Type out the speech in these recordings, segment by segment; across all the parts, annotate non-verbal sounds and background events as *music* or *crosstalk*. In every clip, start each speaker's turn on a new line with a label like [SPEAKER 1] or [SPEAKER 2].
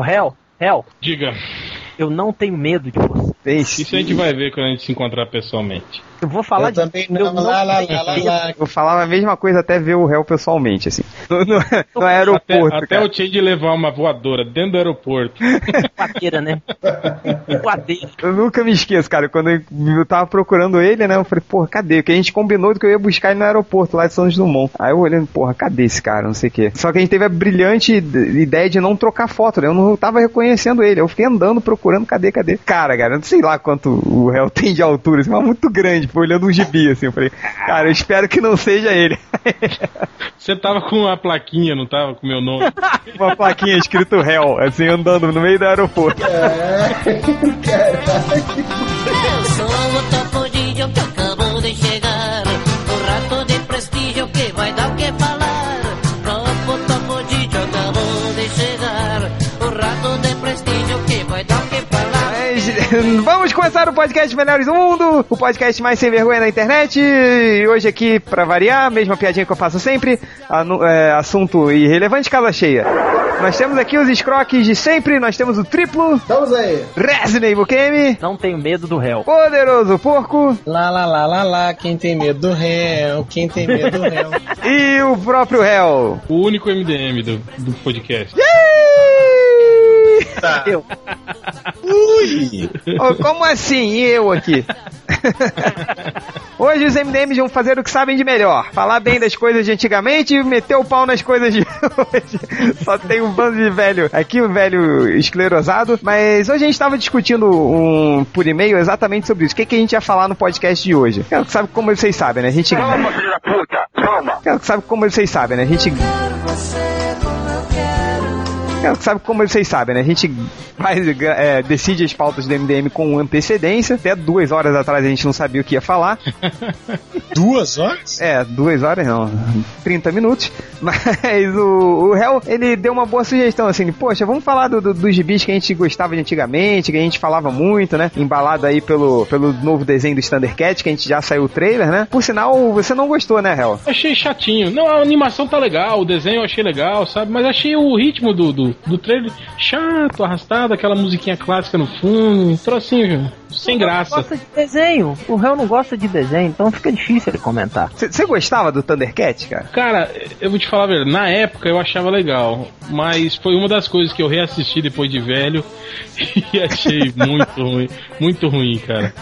[SPEAKER 1] réu, réu,
[SPEAKER 2] Diga.
[SPEAKER 1] eu não tenho medo de você.
[SPEAKER 2] Isso a gente vai ver quando a gente se encontrar pessoalmente.
[SPEAKER 1] Eu vou falar
[SPEAKER 3] Eu
[SPEAKER 1] de
[SPEAKER 3] também não, lá, lá,
[SPEAKER 1] tenho
[SPEAKER 3] lá, lá,
[SPEAKER 1] medo.
[SPEAKER 3] lá.
[SPEAKER 4] Eu falava a mesma coisa até ver o réu pessoalmente, assim. No, no- no
[SPEAKER 2] Até,
[SPEAKER 4] aeroporto,
[SPEAKER 2] até
[SPEAKER 4] cara.
[SPEAKER 2] eu tinha de levar uma voadora dentro do aeroporto.
[SPEAKER 1] Quadeira,
[SPEAKER 3] *laughs*
[SPEAKER 1] né? Quadeira.
[SPEAKER 4] Eu nunca me esqueço, cara. Quando eu- eu tava procurando ele, né? Eu falei, porra, cadê? Porque a gente combinou que eu ia buscar ele no aeroporto lá de São Luís Dumont. Aí eu olhando, porra, cadê esse cara? Não sei o quê. Só que a gente teve a brilhante d- ideia de não trocar foto, né? Eu não tava reconhecendo ele. Eu fiquei andando, procurando, cadê, cadê? Cara, cara, eu não sei lá quanto o réu *laughs* tem de altura, assim, mas muito grande. Foi olhando um gibi, assim. Eu falei, cara, eu espero que não seja ele. *laughs*
[SPEAKER 2] Você tava com a plaquinha, não tava com o meu nome?
[SPEAKER 4] Uma plaquinha escrito réu, assim, andando no meio do aeroporto.
[SPEAKER 5] Eu sou o topodinho que acabou de chegar. O rato de prestígio que vai dar o que falar. Topo, topodinho acabou de chegar. O rato de prestígio que vai dar o que falar.
[SPEAKER 4] Mas, *laughs* Vamos começar o podcast Melhores do Mundo, o podcast mais sem vergonha da internet. E hoje aqui, pra variar, mesma piadinha que eu faço sempre, anu- é, assunto irrelevante, casa cheia. Nós temos aqui os escroques de sempre, nós temos o triplo,
[SPEAKER 3] Estamos aí.
[SPEAKER 4] Resident Evil Game,
[SPEAKER 1] Não tenho medo do réu.
[SPEAKER 4] Poderoso Porco
[SPEAKER 3] Lá, lá, lá, lá, lá, quem tem medo do réu, quem tem medo do
[SPEAKER 1] *laughs*
[SPEAKER 3] réu.
[SPEAKER 4] e o próprio réu.
[SPEAKER 2] O único MDM do, do podcast.
[SPEAKER 4] Ih!
[SPEAKER 1] Eu.
[SPEAKER 4] Ô, como assim eu *laughs* aqui? Hoje os MDMs vão fazer o que sabem de melhor. Falar bem das coisas de antigamente e meter o pau nas coisas de *laughs* hoje. Só tem um bando de velho aqui, um velho esclerosado. Mas hoje a gente estava discutindo um, por e-mail exatamente sobre isso. O que, que a gente ia falar no podcast de hoje? Quero que sabe como vocês sabem, né? A gente. Toma, *laughs* filho da puta! Toma! Quero que sabe como vocês sabem, né? A gente. É, sabe como vocês sabem, né? A gente faz, é, decide as pautas do MDM com antecedência. Até duas horas atrás a gente não sabia o que ia falar.
[SPEAKER 3] Duas horas?
[SPEAKER 4] É, duas horas não, 30 minutos. *laughs* Mas o, o Hell, ele deu uma boa sugestão, assim, de, poxa, vamos falar do, do- dos gibis que a gente gostava de antigamente, que a gente falava muito, né? Embalado aí pelo, pelo novo desenho do Thundercat, que a gente já saiu o trailer, né? Por sinal, você não gostou, né, Hell?
[SPEAKER 2] Achei chatinho. Não, a animação tá legal, o desenho eu achei legal, sabe? Mas achei o ritmo do, do, do trailer chato, arrastado, aquela musiquinha clássica no fundo. um Trocinho, sem
[SPEAKER 1] Não
[SPEAKER 2] graça.
[SPEAKER 1] gosta de desenho. O réu não gosta de desenho, então fica difícil ele comentar.
[SPEAKER 4] Você você gostava do Thundercat, cara?
[SPEAKER 2] Cara, eu vou te falar a verdade, na época eu achava legal, mas foi uma das coisas que eu reassisti depois de velho *laughs* e achei muito ruim, muito ruim, cara.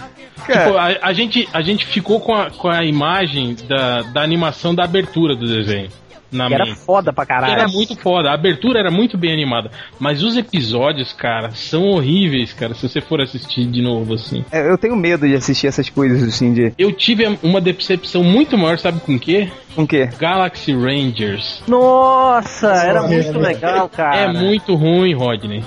[SPEAKER 4] Cara.
[SPEAKER 2] Tipo, a, a gente, a gente ficou com a, com a imagem da, da animação da abertura do desenho na
[SPEAKER 1] Que era
[SPEAKER 2] mente.
[SPEAKER 1] foda pra caralho.
[SPEAKER 2] Era muito foda, a abertura era muito bem animada, mas os episódios, cara, são horríveis, cara, se você for assistir de novo assim.
[SPEAKER 4] É, Eu tenho medo de assistir essas coisas, assim, de...
[SPEAKER 2] Eu tive uma decepção muito maior, sabe com o quê?
[SPEAKER 4] Com o quê?
[SPEAKER 2] Galaxy Rangers.
[SPEAKER 1] Nossa, era
[SPEAKER 3] é,
[SPEAKER 1] muito
[SPEAKER 3] né?
[SPEAKER 1] legal, cara.
[SPEAKER 2] É muito ruim, Rodney.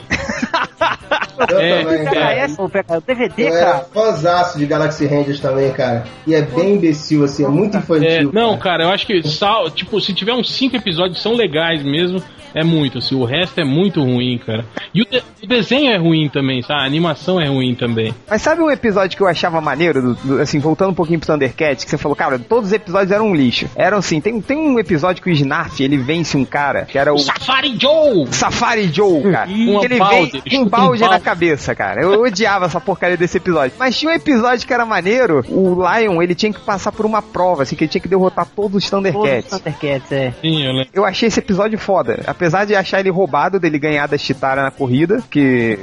[SPEAKER 6] Eu
[SPEAKER 2] É,
[SPEAKER 6] também,
[SPEAKER 1] Era
[SPEAKER 6] cara.
[SPEAKER 1] essa, ô, PK, o
[SPEAKER 3] É.
[SPEAKER 1] DVD,
[SPEAKER 6] Eu era
[SPEAKER 1] cara.
[SPEAKER 6] É, fãzaço de Galaxy Rangers também, cara. E é bem imbecil, assim, é muito
[SPEAKER 2] É,
[SPEAKER 6] infantil.
[SPEAKER 2] não, cara, eu acho que sal, tipo, se tiver uns cinco episódios que são legais mesmo, é muito. Assim, o resto é muito ruim, cara. E o, de- o desenho é ruim também, sabe? A animação é ruim também.
[SPEAKER 4] Mas sabe um episódio que eu achava maneiro, do- do- assim, voltando um pouquinho pro Thundercat, que você falou, cara, todos os episódios eram um lixo. Eram assim, tem, tem um episódio que o Snarf, ele vence um cara, que era o...
[SPEAKER 2] O Safari Joe!
[SPEAKER 4] Safari Joe, cara.
[SPEAKER 2] Hum,
[SPEAKER 4] que ele
[SPEAKER 2] um balde, ele
[SPEAKER 4] vem com um
[SPEAKER 2] chuta um
[SPEAKER 4] balde na
[SPEAKER 2] balde.
[SPEAKER 4] cabeça, cara. Eu odiava essa porcaria desse episódio. Mas tinha um episódio que era maneiro. O Lion, ele tinha que passar por uma prova, assim, que ele tinha que derrotar todos os
[SPEAKER 1] Todos os
[SPEAKER 4] Thundercats.
[SPEAKER 1] Thundercats, é.
[SPEAKER 2] Sim, eu lembro.
[SPEAKER 4] Eu achei esse episódio foda. Apesar de achar ele roubado dele ganhar da Chitara na corrida,
[SPEAKER 2] *laughs*
[SPEAKER 4] que.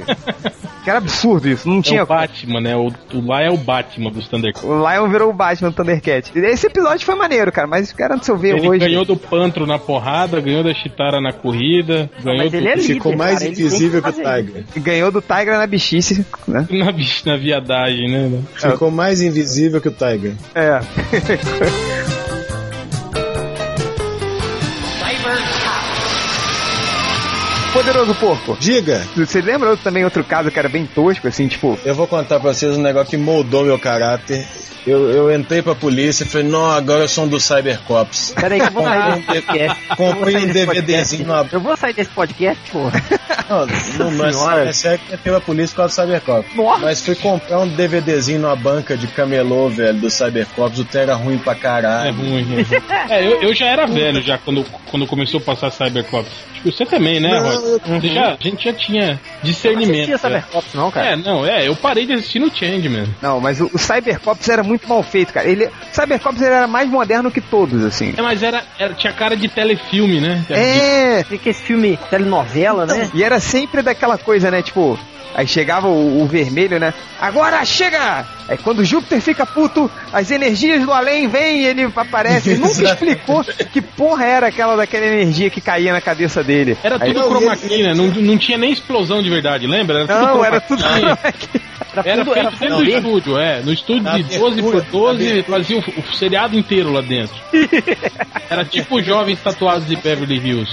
[SPEAKER 4] que era absurdo isso. Não
[SPEAKER 2] É
[SPEAKER 4] tinha
[SPEAKER 2] o Batman, né? O, o lá é o Batman dos Thundercats.
[SPEAKER 4] O Lion virou o Batman do Thundercat. Esse episódio foi maneiro, cara, mas garanto se eu ver
[SPEAKER 2] Ele
[SPEAKER 4] hoje.
[SPEAKER 2] ganhou do Pantro na porrada, ganhou da Chitara na corrida, ganhou
[SPEAKER 1] Mas
[SPEAKER 2] do,
[SPEAKER 1] ele é livre,
[SPEAKER 3] Ficou mais
[SPEAKER 1] cara, ele tem
[SPEAKER 3] invisível que o
[SPEAKER 1] fazer isso.
[SPEAKER 3] Tiger.
[SPEAKER 4] ganhou do Tigra na bichice, né?
[SPEAKER 2] na, bicha- *laughs* na viadagem, né?
[SPEAKER 3] Ficou mais invisível que o Tiger.
[SPEAKER 4] É. Poderoso porco.
[SPEAKER 3] Diga,
[SPEAKER 4] Você lembra outro- também outro caso que era bem tosco, assim, tipo,
[SPEAKER 3] eu vou contar pra vocês um negócio que moldou meu caráter. Eu, eu entrei pra polícia e falei, não, agora eu sou um dos Cybercops.
[SPEAKER 1] Peraí, que eu vou sair desse
[SPEAKER 3] *laughs*
[SPEAKER 1] podcast. Eu vou
[SPEAKER 3] Comprei
[SPEAKER 1] sair
[SPEAKER 3] um
[SPEAKER 1] desse
[SPEAKER 3] DVDzinho na...
[SPEAKER 1] podcast. Eu vou sair desse podcast, pô.
[SPEAKER 3] Não, não, não é sério, é sério que entrei pra polícia por causa do Cybercop.
[SPEAKER 1] Nossa,
[SPEAKER 3] Mas fui comprar um DVDzinho numa banca de camelô, velho, do Cybercops. O trem era ruim pra
[SPEAKER 2] É
[SPEAKER 3] caralho.
[SPEAKER 2] ruim, é ruim. É, eu, eu já era velho já quando, quando começou a passar Cybercop. Acho que você também, né,
[SPEAKER 3] não,
[SPEAKER 2] Rod? Você já- a gente já tinha discernimento.
[SPEAKER 1] Não assistia
[SPEAKER 2] né?
[SPEAKER 1] Cybercops, não, cara.
[SPEAKER 2] É, não, é, eu parei de assistir no Changeman.
[SPEAKER 4] Não, mas o, o Cybercops era muito mal feito, cara. Ele, o Cybercops ele era mais moderno que todos, assim.
[SPEAKER 2] É, mas era, era- tinha cara de telefilme, né?
[SPEAKER 4] É!
[SPEAKER 1] Fica esse filme telenovela, né?
[SPEAKER 4] E era sempre daquela coisa, né? Tipo, aí chegava o, o vermelho, né? Agora chega! Aí quando Júpiter fica puto, as energias do além vêm e ele *laughs* aparece. Nunca explicou que porra era aquela daquela energia que caía na cabeça dele.
[SPEAKER 2] Era
[SPEAKER 4] Aí-
[SPEAKER 2] tudo chroma key, né? Não, não tinha nem explosão de verdade, lembra?
[SPEAKER 4] Não,
[SPEAKER 2] chroma *laughs*
[SPEAKER 4] era tudo. é
[SPEAKER 2] key. Era
[SPEAKER 1] tudo-
[SPEAKER 2] feito
[SPEAKER 1] era
[SPEAKER 2] dentro do
[SPEAKER 1] verde.
[SPEAKER 2] estúdio, é. No estúdio
[SPEAKER 3] Na
[SPEAKER 2] de 12 por
[SPEAKER 3] abertura,
[SPEAKER 2] 12 fazia o, o seriado inteiro lá dentro. Era tipo os jovens tatuados de Beverly Hills.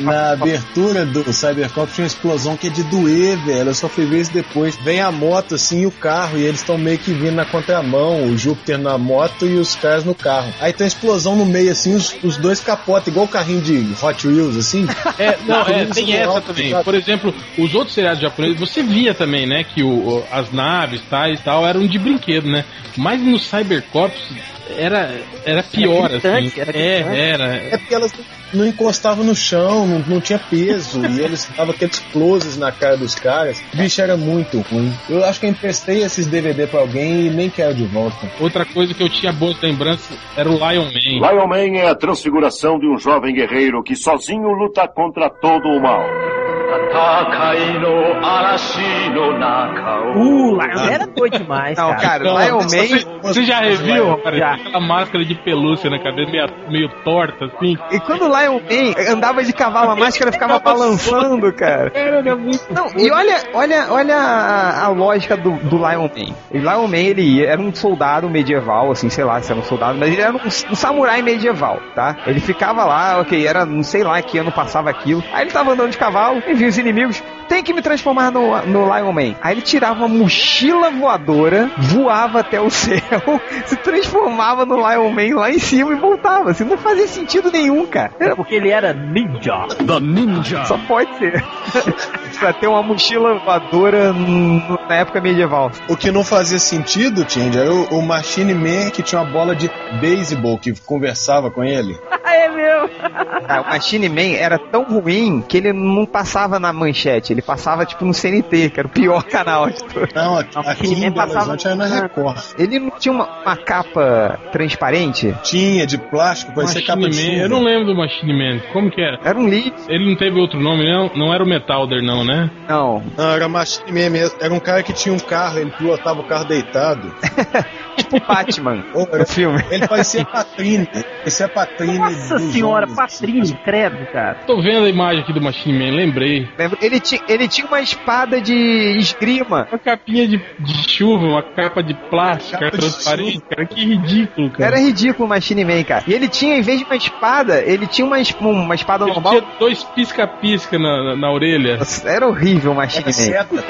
[SPEAKER 3] Na abertura do Cybercop tinha uma explosão que é de doer, velho. Eu só fui ver isso depois. Vem a moto, assim, e o carro, e eles estão meio que vindo na contramão. O Júpiter na moto e os caras no carro. Aí tem uma explosão no meio, assim, os, os dois capotam, igual o carrinho de Hot Wheels, assim.
[SPEAKER 2] É, não, é,
[SPEAKER 3] Isso
[SPEAKER 2] tem
[SPEAKER 3] no
[SPEAKER 2] essa
[SPEAKER 3] alto,
[SPEAKER 2] também.
[SPEAKER 3] sabe?
[SPEAKER 2] Por exemplo, os outros seriados japoneses, você via também, né, que o, o- as naves tais e tal eram de brinquedo, né? Mas no Cybercops era, era pior,
[SPEAKER 1] gritante,
[SPEAKER 2] assim.
[SPEAKER 1] era gritante.
[SPEAKER 2] é, era.
[SPEAKER 3] É porque elas não encostavam no chão, não, não tinha peso, e eles davam aqueles closes na cara dos caras. Bicho, era muito ruim. Eu acho que eu emprestei esses DVD pra alguém e nem quero de volta.
[SPEAKER 2] Outra coisa que eu tinha boas lembranças era o Lion Man.
[SPEAKER 7] Lion Man é a transfiguração de um jovem guerreiro que sozinho luta contra todo o mal.
[SPEAKER 1] Uh, Lion era doido demais,
[SPEAKER 4] Não,
[SPEAKER 1] cara.
[SPEAKER 4] cara, Lion Man.
[SPEAKER 2] Então, Você, você já reviu, rapaz?
[SPEAKER 1] Já.
[SPEAKER 2] Aquela máscara de pelúcia na cabeça, meio, meio torta, assim.
[SPEAKER 4] E quando o Lion Man andava de cavalo, a máscara ficava balançando, cara.
[SPEAKER 2] Cara, era muito
[SPEAKER 4] Não, e olha, olha, olha a, a lógica do, do Lion Man. O Lion Man, ele ia- era um soldado medieval, assim, sei lá se era um soldado, mas ele era um, um samurai medieval, tá? Ele ficava lá, ok, era, não sei lá que ano passava aquilo. Aí ele tava andando de cavalo e via os inimigos. Tem que me transformar no, no Lion Man. Aí ele tirava uma mochila voadora, voava até o *laughs* céu, se transformava no Lion Man lá em cima e voltava. Assim, não fazia sentido nenhum, cara. Era
[SPEAKER 1] É Porque ele era ninja.
[SPEAKER 2] Ah.
[SPEAKER 4] só pode ser. *laughs* pra ter uma mochila voadora no- na época medieval.
[SPEAKER 3] O que não fazia sentido, Tindy, era o, o Machine Man que tinha uma bola de beisebol que conversava com ele.
[SPEAKER 1] é meu.
[SPEAKER 4] Cara, Ah, o Machine Man era tão ruim que ele não passava na manchete, ele passava tipo no CNT, que era o pior *laughs* canal de todos.
[SPEAKER 3] Não, aqui,
[SPEAKER 1] Não,
[SPEAKER 3] aqui
[SPEAKER 1] Machine
[SPEAKER 3] em
[SPEAKER 1] Man
[SPEAKER 3] Belo
[SPEAKER 1] passava-
[SPEAKER 3] Horizonte era na Record.
[SPEAKER 4] Ele não tinha uma, uma capa transparente?
[SPEAKER 3] Tinha de plástico, parecia capa de
[SPEAKER 2] Man.
[SPEAKER 3] chuva.
[SPEAKER 2] Eu não lembro do Machine Man. Como que era?
[SPEAKER 4] Era um livro.
[SPEAKER 2] Ele não teve outro nome, não? Não era o Metalder, não, né?
[SPEAKER 4] Não.
[SPEAKER 3] Não, era Machine Man mesmo. Era um cara que tinha um carro, ele pilotava o carro deitado.
[SPEAKER 4] Tipo Batman. *laughs*
[SPEAKER 3] Ou era-
[SPEAKER 4] o filme.
[SPEAKER 3] Ele parecia Patrine. Parecia Patrine.
[SPEAKER 1] Nossa
[SPEAKER 3] dos
[SPEAKER 1] senhora,
[SPEAKER 3] homens.
[SPEAKER 1] Patrinho, credo, cara.
[SPEAKER 2] Tô vendo a imagem aqui do Machine Man, lembrei.
[SPEAKER 4] Lembra? Ele, ti, ele tinha uma espada de esgrima.
[SPEAKER 2] Uma capinha de, de chuva, uma capa de plástico,
[SPEAKER 3] Capa de
[SPEAKER 2] transparente, cara. Que ridículo, cara.
[SPEAKER 4] Era ridículo o Machine Man, cara. E ele tinha, em vez de uma espada, ele tinha uma, es- uma espada
[SPEAKER 2] Ele
[SPEAKER 4] normal.
[SPEAKER 2] tinha dois pisca-pisca na, na, na orelha.
[SPEAKER 4] Nossa, Era horrível o Machine
[SPEAKER 3] Era
[SPEAKER 4] Man.
[SPEAKER 3] seta.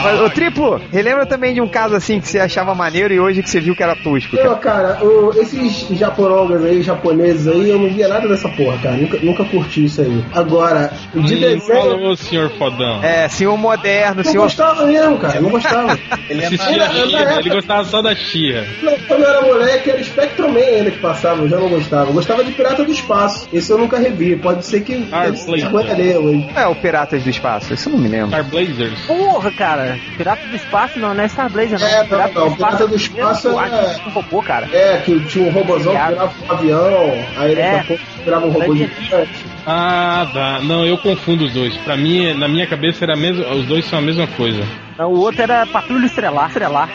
[SPEAKER 4] Mas, ô, Triplo, relembra também de um caso assim que você achava maneiro e hoje que você viu que era tosco. cara.
[SPEAKER 6] Não, cara, o- esses japorongas aí, japoneses aí, eu não via nada dessa porra, cara. Nunca, nunca curti isso aí. Agora, de
[SPEAKER 2] Hum,
[SPEAKER 6] desenho,
[SPEAKER 2] Falou, senhor fodão.
[SPEAKER 4] É, senhor moderno,
[SPEAKER 6] não
[SPEAKER 4] senhor.
[SPEAKER 6] gostava mesmo, cara. Não gostava.
[SPEAKER 3] Ele é
[SPEAKER 2] Assistia a
[SPEAKER 3] amarelo.
[SPEAKER 2] Xia, né? ele gostava só da Chia.
[SPEAKER 6] Não, Quando eu era moleque, era Spectrum Man ainda que passava, eu já não gostava. Eu gostava de Pirata do Espaço. Esse eu nunca revi. Pode ser que
[SPEAKER 2] Ah,
[SPEAKER 6] deve ser
[SPEAKER 2] Blade.
[SPEAKER 6] vergonha alheia, hein?
[SPEAKER 4] Não é o Piratas do Espaço, isso eu não me lembro.
[SPEAKER 2] Star Blazers.
[SPEAKER 1] Porra, cara. Pirata do Espaço não, não é Star Blazer, não.
[SPEAKER 6] É, não,
[SPEAKER 1] Pirata
[SPEAKER 6] não, Pirata do Espaço
[SPEAKER 1] mesmo,
[SPEAKER 6] era-
[SPEAKER 1] acho um que Um robô, cara.
[SPEAKER 6] É, que tinha um robôzão que
[SPEAKER 1] Obrigado.
[SPEAKER 6] virava um avião, aí
[SPEAKER 1] É.
[SPEAKER 6] daqui a pouco virava um robô
[SPEAKER 1] Grande
[SPEAKER 6] gigante.
[SPEAKER 2] Ah, tá. Não, eu confundo os dois. Pra mim, na minha cabeça, era a mesma- os dois são a mesma coisa.
[SPEAKER 1] Não, o outro era Patrulha Estrelar. Estrelar.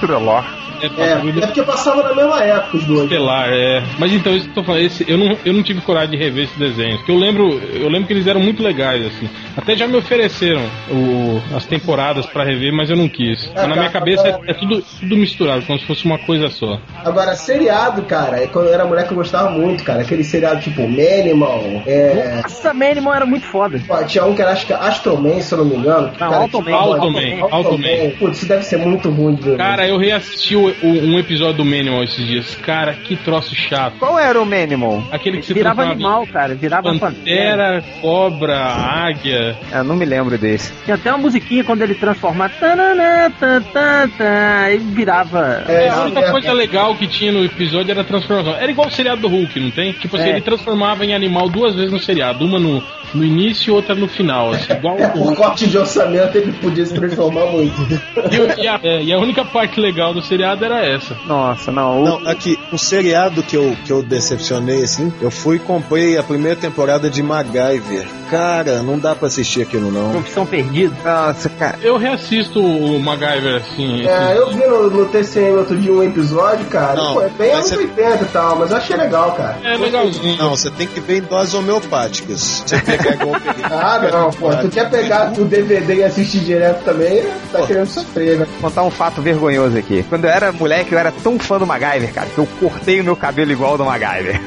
[SPEAKER 4] Troló.
[SPEAKER 2] É,
[SPEAKER 6] É, é
[SPEAKER 2] Patrulha
[SPEAKER 6] porque passava na mesma época os dois.
[SPEAKER 2] Estelar, é. Mas então, isso que eu tô falando, esse- eu, não, eu não tive coragem de rever esse desenho. Porque eu lembro, eu lembro que eles eram muito legais, assim. Até já me ofereceram o- as temporadas pra rever, mas eu não quis. Mas na minha cabeça é, é tudo, tudo misturado, como se fosse uma coisa só.
[SPEAKER 6] Agora, seriado, cara, é quando eu era moleque eu gostava muito, cara. Aquele seriado tipo Manimal, é.
[SPEAKER 1] Nossa, Manimal era muito foda.
[SPEAKER 6] Tipo ó, Tinha um que era acho que Astroman, se eu não me engano. que o
[SPEAKER 1] Não,
[SPEAKER 6] cara
[SPEAKER 1] Automan.
[SPEAKER 6] tinha uma bolinha.
[SPEAKER 2] Automan. Automan.
[SPEAKER 6] Putz, isso deve ser muito ruim, velho.
[SPEAKER 2] Cara, eu reassisti o- o- um episódio do Manimal esses dias. Cara, que troço chato.
[SPEAKER 4] Qual era o Manimal?
[SPEAKER 2] Aquele que se
[SPEAKER 1] Virava
[SPEAKER 2] transformava
[SPEAKER 1] animal, cara. Virava
[SPEAKER 2] em
[SPEAKER 1] pantera.
[SPEAKER 2] Pantera, cobra, águia.
[SPEAKER 4] Ah, não me lembro desse.
[SPEAKER 1] Tinha até uma musiquinha quando ele transformava. Tananã, tan, tan, tan, e virava.
[SPEAKER 6] É,
[SPEAKER 2] A única
[SPEAKER 6] é,
[SPEAKER 2] coisa legal que tinha no episódio era a transformação. Era igual o seriado do Hulk, não tem? Tipo assim,
[SPEAKER 1] É.
[SPEAKER 2] ele transformava em animal duas vezes no seriado. Uma no, no início e outra no final. assim, igual
[SPEAKER 6] é,
[SPEAKER 2] o
[SPEAKER 6] por
[SPEAKER 2] Hulk.
[SPEAKER 6] corte de orçamento ele podia se transformar
[SPEAKER 3] *laughs*
[SPEAKER 6] muito.
[SPEAKER 2] E, e a, é, e a única parte legal do seriado era essa.
[SPEAKER 4] Nossa, não. o-
[SPEAKER 3] Não, aqui, o seriado que eu, que eu decepcionei, assim, eu fui e comprei a primeira temporada de MacGyver. Cara, não dá pra assistir aquilo, não.
[SPEAKER 1] Profissão perdida.
[SPEAKER 4] Nossa, cara.
[SPEAKER 2] Eu reassisto o MacGyver assim.
[SPEAKER 6] É, eu vi no, no TCM outro dia um episódio, cara.
[SPEAKER 3] Não,
[SPEAKER 6] pô, é bem
[SPEAKER 3] mas
[SPEAKER 6] anos
[SPEAKER 3] você-
[SPEAKER 6] 80 e tal, mas eu achei legal, cara.
[SPEAKER 2] É legalzinho.
[SPEAKER 3] Não, você tem que ver em doses homeopáticas. Você pegar igual eu peguei.
[SPEAKER 6] Ah, não, pô. Tu quer pegar o DVD e assistir direto também, tá
[SPEAKER 3] Pô.
[SPEAKER 6] querendo sofrer, né?
[SPEAKER 4] Contar um fato vergonhoso aqui. Quando eu era moleque, eu era tão fã do MacGyver, cara, que eu cortei o meu cabelo igual ao do MacGyver.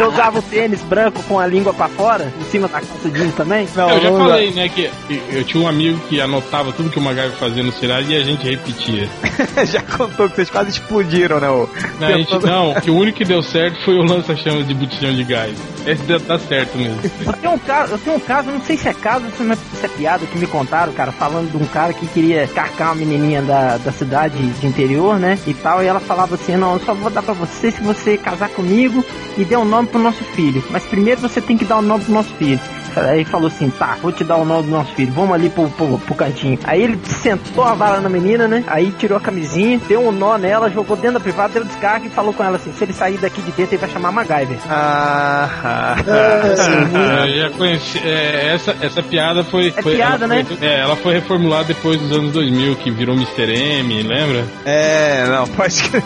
[SPEAKER 1] Eu usava o tênis branco com a língua pra fora, em cima da calça jeans também.
[SPEAKER 4] *laughs* Não,
[SPEAKER 2] eu já
[SPEAKER 4] não-
[SPEAKER 2] falei, né, que eu tinha um amigo que anotava tudo que o MacGyver fazia no seriado e a gente repetia.
[SPEAKER 4] *laughs* já contou que vocês quase explodiram, né? o-
[SPEAKER 2] Né, a
[SPEAKER 6] *laughs*
[SPEAKER 2] gente, não, que o único que deu certo foi o lança-chamas de botijão de gás. Esse deu, tá certo mesmo.
[SPEAKER 1] Eu tenho um caso, eu tenho um caso, não sei se é caso, se, não é, se é piada que me contaram, cara, falando de um cara que queria carcar uma menininha da, da cidade de interior, né? E tal, e ela falava assim, não, eu só vou dar pra você se você casar comigo e der um nome pro nosso filho. Mas primeiro você tem que dar o nome pro nosso filho. Aí falou assim, tá, vou te dar o nome do nosso filho, vamos ali pro, pro, pro cantinho. Aí ele sentou a vara na menina, né? Aí tirou a camisinha, deu um nó nela, jogou dentro da privada, deu descarga e falou com ela assim, se ele sair daqui de dentro ele vai chamar MacGyver.
[SPEAKER 4] Ah, *laughs*
[SPEAKER 1] *laughs*
[SPEAKER 2] Ah, eu já conheci, é, essa, essa piada foi.
[SPEAKER 1] É
[SPEAKER 2] foi-
[SPEAKER 1] piada,
[SPEAKER 2] ela
[SPEAKER 1] né?
[SPEAKER 2] foi- é, ela foi reformulada depois dos anos 2000, que virou Mr. M, lembra?
[SPEAKER 4] é, não, pode que.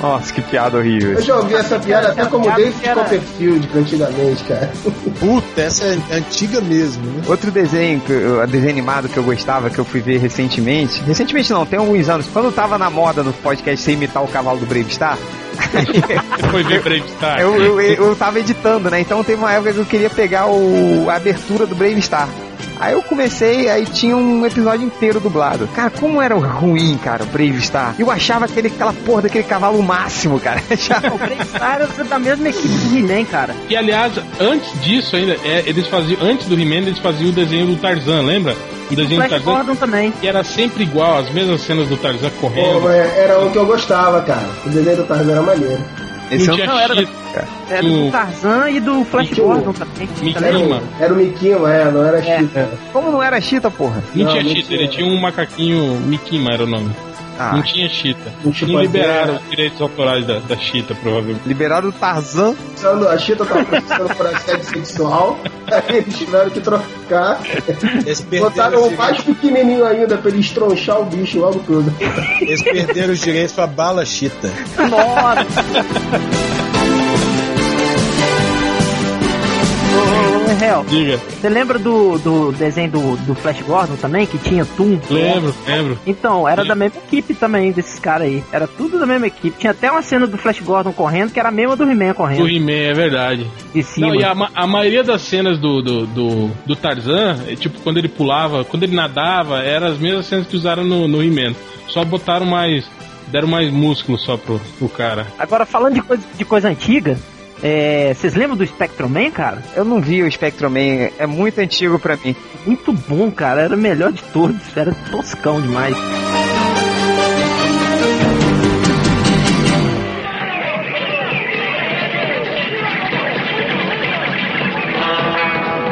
[SPEAKER 4] Nossa, que piada horrível.
[SPEAKER 6] Eu já ouvi essa piada até como
[SPEAKER 1] Essa piada
[SPEAKER 6] David
[SPEAKER 1] que era-
[SPEAKER 6] Copperfield, que antigamente, cara.
[SPEAKER 3] Puta, essa é antiga mesmo, né?
[SPEAKER 4] Outro desenho, que eu- desenho animado que eu gostava, que eu fui ver recentemente. Recentemente não, tem alguns anos. Quando eu tava na moda no podcast sem imitar o cavalo do Brave Star,
[SPEAKER 2] Você foi ver Brave Star.
[SPEAKER 4] eu, eu, eu tava editando, né? Então teve uma época que eu queria pegar o, a abertura do Brave Star. Aí eu comecei, aí tinha um episódio inteiro dublado. Cara, como era ruim, cara, o Brave Star. Eu achava aquele, aquela porra daquele cavalo o máximo, cara. *laughs* Já-
[SPEAKER 1] O Brainstar é da mesma equipe do He-Man, cara.
[SPEAKER 2] E aliás, antes disso ainda, é, eles faziam. Antes do He-Man, eles faziam o desenho do Tarzan, lembra? O desenho do
[SPEAKER 1] Flash
[SPEAKER 2] Tarzan.
[SPEAKER 1] Gordon também.
[SPEAKER 2] E era sempre igual, as mesmas cenas do Tarzan
[SPEAKER 1] É.
[SPEAKER 6] Pô,
[SPEAKER 2] correndo.
[SPEAKER 6] mas era um que eu gostava, cara. O desenho do Tarzan era maneiro.
[SPEAKER 4] Esse um
[SPEAKER 2] não
[SPEAKER 4] eu-
[SPEAKER 2] tinha
[SPEAKER 1] não, era-
[SPEAKER 2] X,
[SPEAKER 1] É
[SPEAKER 2] O-
[SPEAKER 1] do Tarzan e do Flash
[SPEAKER 6] Mickey
[SPEAKER 1] Gordon também.
[SPEAKER 2] Mickey
[SPEAKER 1] Tá
[SPEAKER 6] Era,
[SPEAKER 1] ligado?
[SPEAKER 6] um-
[SPEAKER 2] Mima.
[SPEAKER 6] era o Miquinho, é, não era Chico.
[SPEAKER 4] Como não era chita, porra?
[SPEAKER 2] não
[SPEAKER 6] Não,
[SPEAKER 2] tinha
[SPEAKER 6] não
[SPEAKER 2] Cheetah,
[SPEAKER 6] tinha.
[SPEAKER 2] ele tinha um macaquinho Mikima era o nome.
[SPEAKER 4] Ah,
[SPEAKER 2] Não tinha Cheetah.
[SPEAKER 6] Um chimpanzé.
[SPEAKER 2] Não liberaram os direitos autorais da, da Cheetah, provavelmente.
[SPEAKER 4] liberaram o Tarzan.
[SPEAKER 6] Pensando- A Chita tava pensando por assédio sexual. *laughs* Aí eles tiveram que trocar.
[SPEAKER 3] Eles perderam,
[SPEAKER 6] Botaram
[SPEAKER 3] os
[SPEAKER 6] um mais
[SPEAKER 3] direitos,
[SPEAKER 6] pequenininho ainda pra ele estronchar o bicho logo tudo.
[SPEAKER 3] eles perderam os direitos pra bala chita.
[SPEAKER 1] Nossa! Ô, ô, ô, Hel,
[SPEAKER 2] Diga,
[SPEAKER 1] Você lembra do, do desenho do, do Flash Gordon também, que tinha Toon?
[SPEAKER 2] lembro, lembro.
[SPEAKER 1] Então, era da mesma equipe também, desses caras aí. Era tudo da mesma equipe. Tinha até uma cena do Flash Gordon correndo, que era a mesma do He-Man
[SPEAKER 2] Do
[SPEAKER 1] correndo.
[SPEAKER 2] He-Man, é verdade.
[SPEAKER 1] De cima.
[SPEAKER 2] Não, e a, ma- a maioria das cenas do, do, do, do Tarzan, é, tipo, quando ele pulava, quando ele nadava, eram as mesmas cenas que usaram no, no He-Man. Só botaram mais. Deram mais músculo só pro, pro cara.
[SPEAKER 1] Agora, falando de coisa, de coisa antiga, é, vocês lembram do Spectrum Man, cara?
[SPEAKER 4] Eu não vi o Spectrum Man, é muito antigo pra mim.
[SPEAKER 1] Muito bom, cara. Era o melhor de todos. Era toscão demais.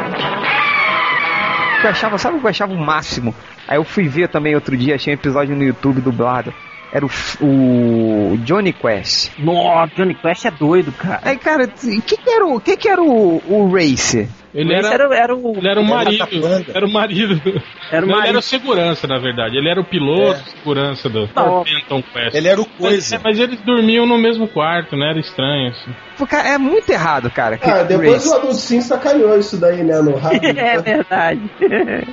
[SPEAKER 4] O que Eu achava, sabe o que eu achava o máximo? Aí eu fui ver também outro dia, achei um episódio no YouTube dublado. Era o, f- o Johnny Quest.
[SPEAKER 1] Nossa, Johnny Quest é doido, cara.
[SPEAKER 4] Aí, cara, o que, que era o, que, que era o, o Racer?
[SPEAKER 2] Ele
[SPEAKER 1] Esse
[SPEAKER 2] era,
[SPEAKER 1] era, era o.
[SPEAKER 2] ele era o
[SPEAKER 3] era
[SPEAKER 2] marido.
[SPEAKER 3] capanga.
[SPEAKER 2] Era o marido.
[SPEAKER 1] Era o
[SPEAKER 2] Não, *laughs* Ele era
[SPEAKER 1] marido.
[SPEAKER 2] o segurança, na verdade. Ele era o piloto, segurança do
[SPEAKER 1] Não.
[SPEAKER 2] Phantom Quest.
[SPEAKER 3] Ele era o
[SPEAKER 2] Mas,
[SPEAKER 3] coisa.
[SPEAKER 2] mas eles dormiam no mesmo quarto, né? Era estranho, assim.
[SPEAKER 4] Pô, cara, é muito errado, cara. que-
[SPEAKER 6] Ah, depois o
[SPEAKER 4] Racer.
[SPEAKER 6] adulto sim sacaneou isso daí, né? No rádio.
[SPEAKER 1] *laughs* É verdade.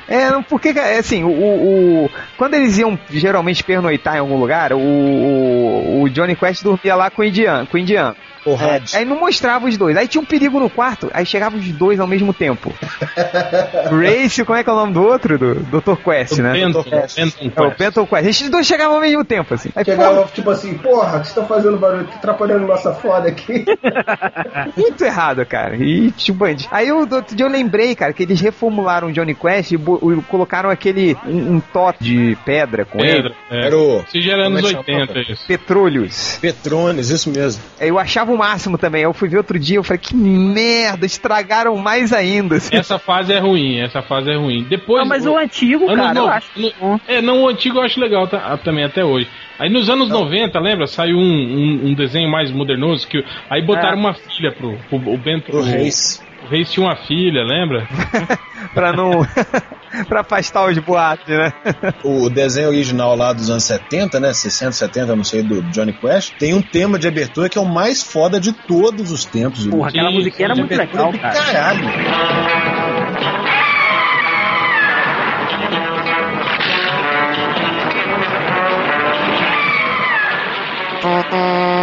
[SPEAKER 4] É, não, porque, é assim, o, o- o- Quando eles iam geralmente pernoitar em algum lugar, o, o, o Johnny Quest dormia lá com o indiano. Com o indiano.
[SPEAKER 3] O rádio.
[SPEAKER 4] Aí não mostrava os dois. Aí tinha um perigo no quarto, aí chegavam os dois ao mesmo
[SPEAKER 6] *laughs*
[SPEAKER 4] tempo. Race, como é que é o nome do outro? Do Dr. Quest, né?
[SPEAKER 2] Benton,
[SPEAKER 3] Quest.
[SPEAKER 2] Benton
[SPEAKER 4] É, o
[SPEAKER 2] Quest.
[SPEAKER 4] Benton Quest. Esses dois chegavam ao mesmo tempo, assim. Aí,
[SPEAKER 6] Chegava,
[SPEAKER 4] pô,
[SPEAKER 6] tipo assim, porra, que vocês estão fazendo barulho, tá atrapalhando nossa foda aqui. *laughs*
[SPEAKER 4] muito errado, cara. E tipo, band. Aí eu, do outro dia eu lembrei, cara, que eles reformularam o Johnny Quest e bo- e colocaram aquele um, um top de pedra com ele.
[SPEAKER 2] Pedra, é.
[SPEAKER 3] Era o
[SPEAKER 2] Se gera
[SPEAKER 3] Como é
[SPEAKER 2] anos
[SPEAKER 3] que chama?
[SPEAKER 2] 80 isso.
[SPEAKER 4] Petrolhos.
[SPEAKER 3] Petrones, isso mesmo.
[SPEAKER 4] Aí Eu achava o máximo também. Aí Eu fui ver outro dia, eu falei, que merda, estragaram mais ainda. assim. *laughs*
[SPEAKER 2] Essa fase é ruim, essa fase é ruim. Depois.
[SPEAKER 1] Não, mas o antigo,
[SPEAKER 2] anos
[SPEAKER 1] cara, eu
[SPEAKER 2] no-
[SPEAKER 1] acho.
[SPEAKER 2] no-
[SPEAKER 1] bom.
[SPEAKER 2] É, não, o antigo eu acho legal tá- ah, também até hoje. Aí nos anos 90, lembra? Saiu um, um- um desenho mais modernoso que. Aí
[SPEAKER 1] É.
[SPEAKER 2] botaram uma filha pro. pro- o Bento.
[SPEAKER 3] O Reis.
[SPEAKER 2] o Reis tinha uma filha, lembra?
[SPEAKER 4] pra não. *laughs* pra afastar os boatos, né? *laughs*
[SPEAKER 3] O desenho original lá dos anos 70, né? 60, 70, não sei, do Johnny Quest. Tem um tema de abertura que é o mais foda de todos os tempos.
[SPEAKER 1] Porra, aquela
[SPEAKER 2] Sim,
[SPEAKER 1] musiquinha era
[SPEAKER 2] sim,
[SPEAKER 1] muito
[SPEAKER 3] Abertura
[SPEAKER 1] legal,
[SPEAKER 3] do
[SPEAKER 1] cara.
[SPEAKER 3] Caralho.
[SPEAKER 1] Ah.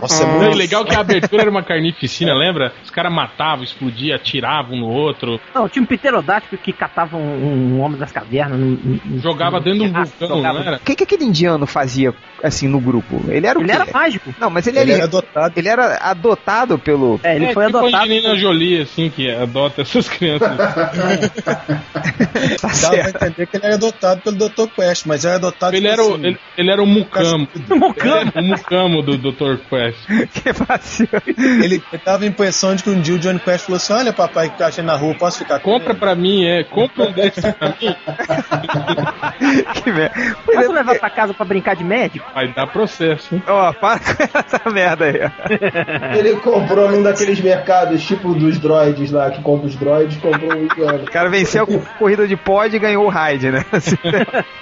[SPEAKER 3] Nossa, é
[SPEAKER 2] Não, e
[SPEAKER 3] muito
[SPEAKER 2] legal que a abertura era uma carnificina, lembra? Os caras matavam, explodiam, atiravam um no outro,
[SPEAKER 1] Não, tinha um pterodáctico que catava um, um homem das cavernas. um- um- um-
[SPEAKER 2] jogava dentro de um
[SPEAKER 1] Ah,
[SPEAKER 2] vulcão,
[SPEAKER 1] jogava.
[SPEAKER 2] não era?
[SPEAKER 4] O que, que aquele indiano fazia, assim, no grupo? Ele era o
[SPEAKER 1] Ele
[SPEAKER 4] quê?
[SPEAKER 1] era mágico.
[SPEAKER 4] Não, mas ele,
[SPEAKER 3] Ele era
[SPEAKER 4] era,
[SPEAKER 3] adotado.
[SPEAKER 4] ele era adotado pelo.
[SPEAKER 1] É, ele
[SPEAKER 2] É,
[SPEAKER 1] foi
[SPEAKER 2] tipo a
[SPEAKER 1] adotado.
[SPEAKER 2] Angelina Jolie, assim, que adota essas
[SPEAKER 3] *laughs*
[SPEAKER 2] crianças.
[SPEAKER 4] Tá
[SPEAKER 3] Dá pra
[SPEAKER 4] certo.
[SPEAKER 3] entender que ele era adotado pelo Dr. Quest, mas era adotado
[SPEAKER 2] ele,
[SPEAKER 3] tipo
[SPEAKER 2] era o,
[SPEAKER 3] assim,
[SPEAKER 2] ele, ele era o mucamo. É,
[SPEAKER 1] Mocano.
[SPEAKER 2] O mucamo do Dr. Quest.
[SPEAKER 4] *laughs* Que vacilo.
[SPEAKER 3] Ele ele dava a impressão de que um dia o Johnny Quest falou assim: Olha, papai, que eu achei na rua, posso ficar com
[SPEAKER 2] Compra
[SPEAKER 3] ele?"
[SPEAKER 2] pra mim, é. Compra um desses pra mim.
[SPEAKER 4] Que merda. Pois é,
[SPEAKER 1] Posso levar pra casa pra brincar de médico?
[SPEAKER 2] Vai dar processo, hein?
[SPEAKER 4] Ó, para com *laughs* essa merda aí. ó.
[SPEAKER 6] Ele comprou num daqueles mercados, tipo dos droids lá, que compra os droids, comprou um indiano.
[SPEAKER 4] O cara venceu a corrida de pod e ganhou o raid, né? *laughs* Assim,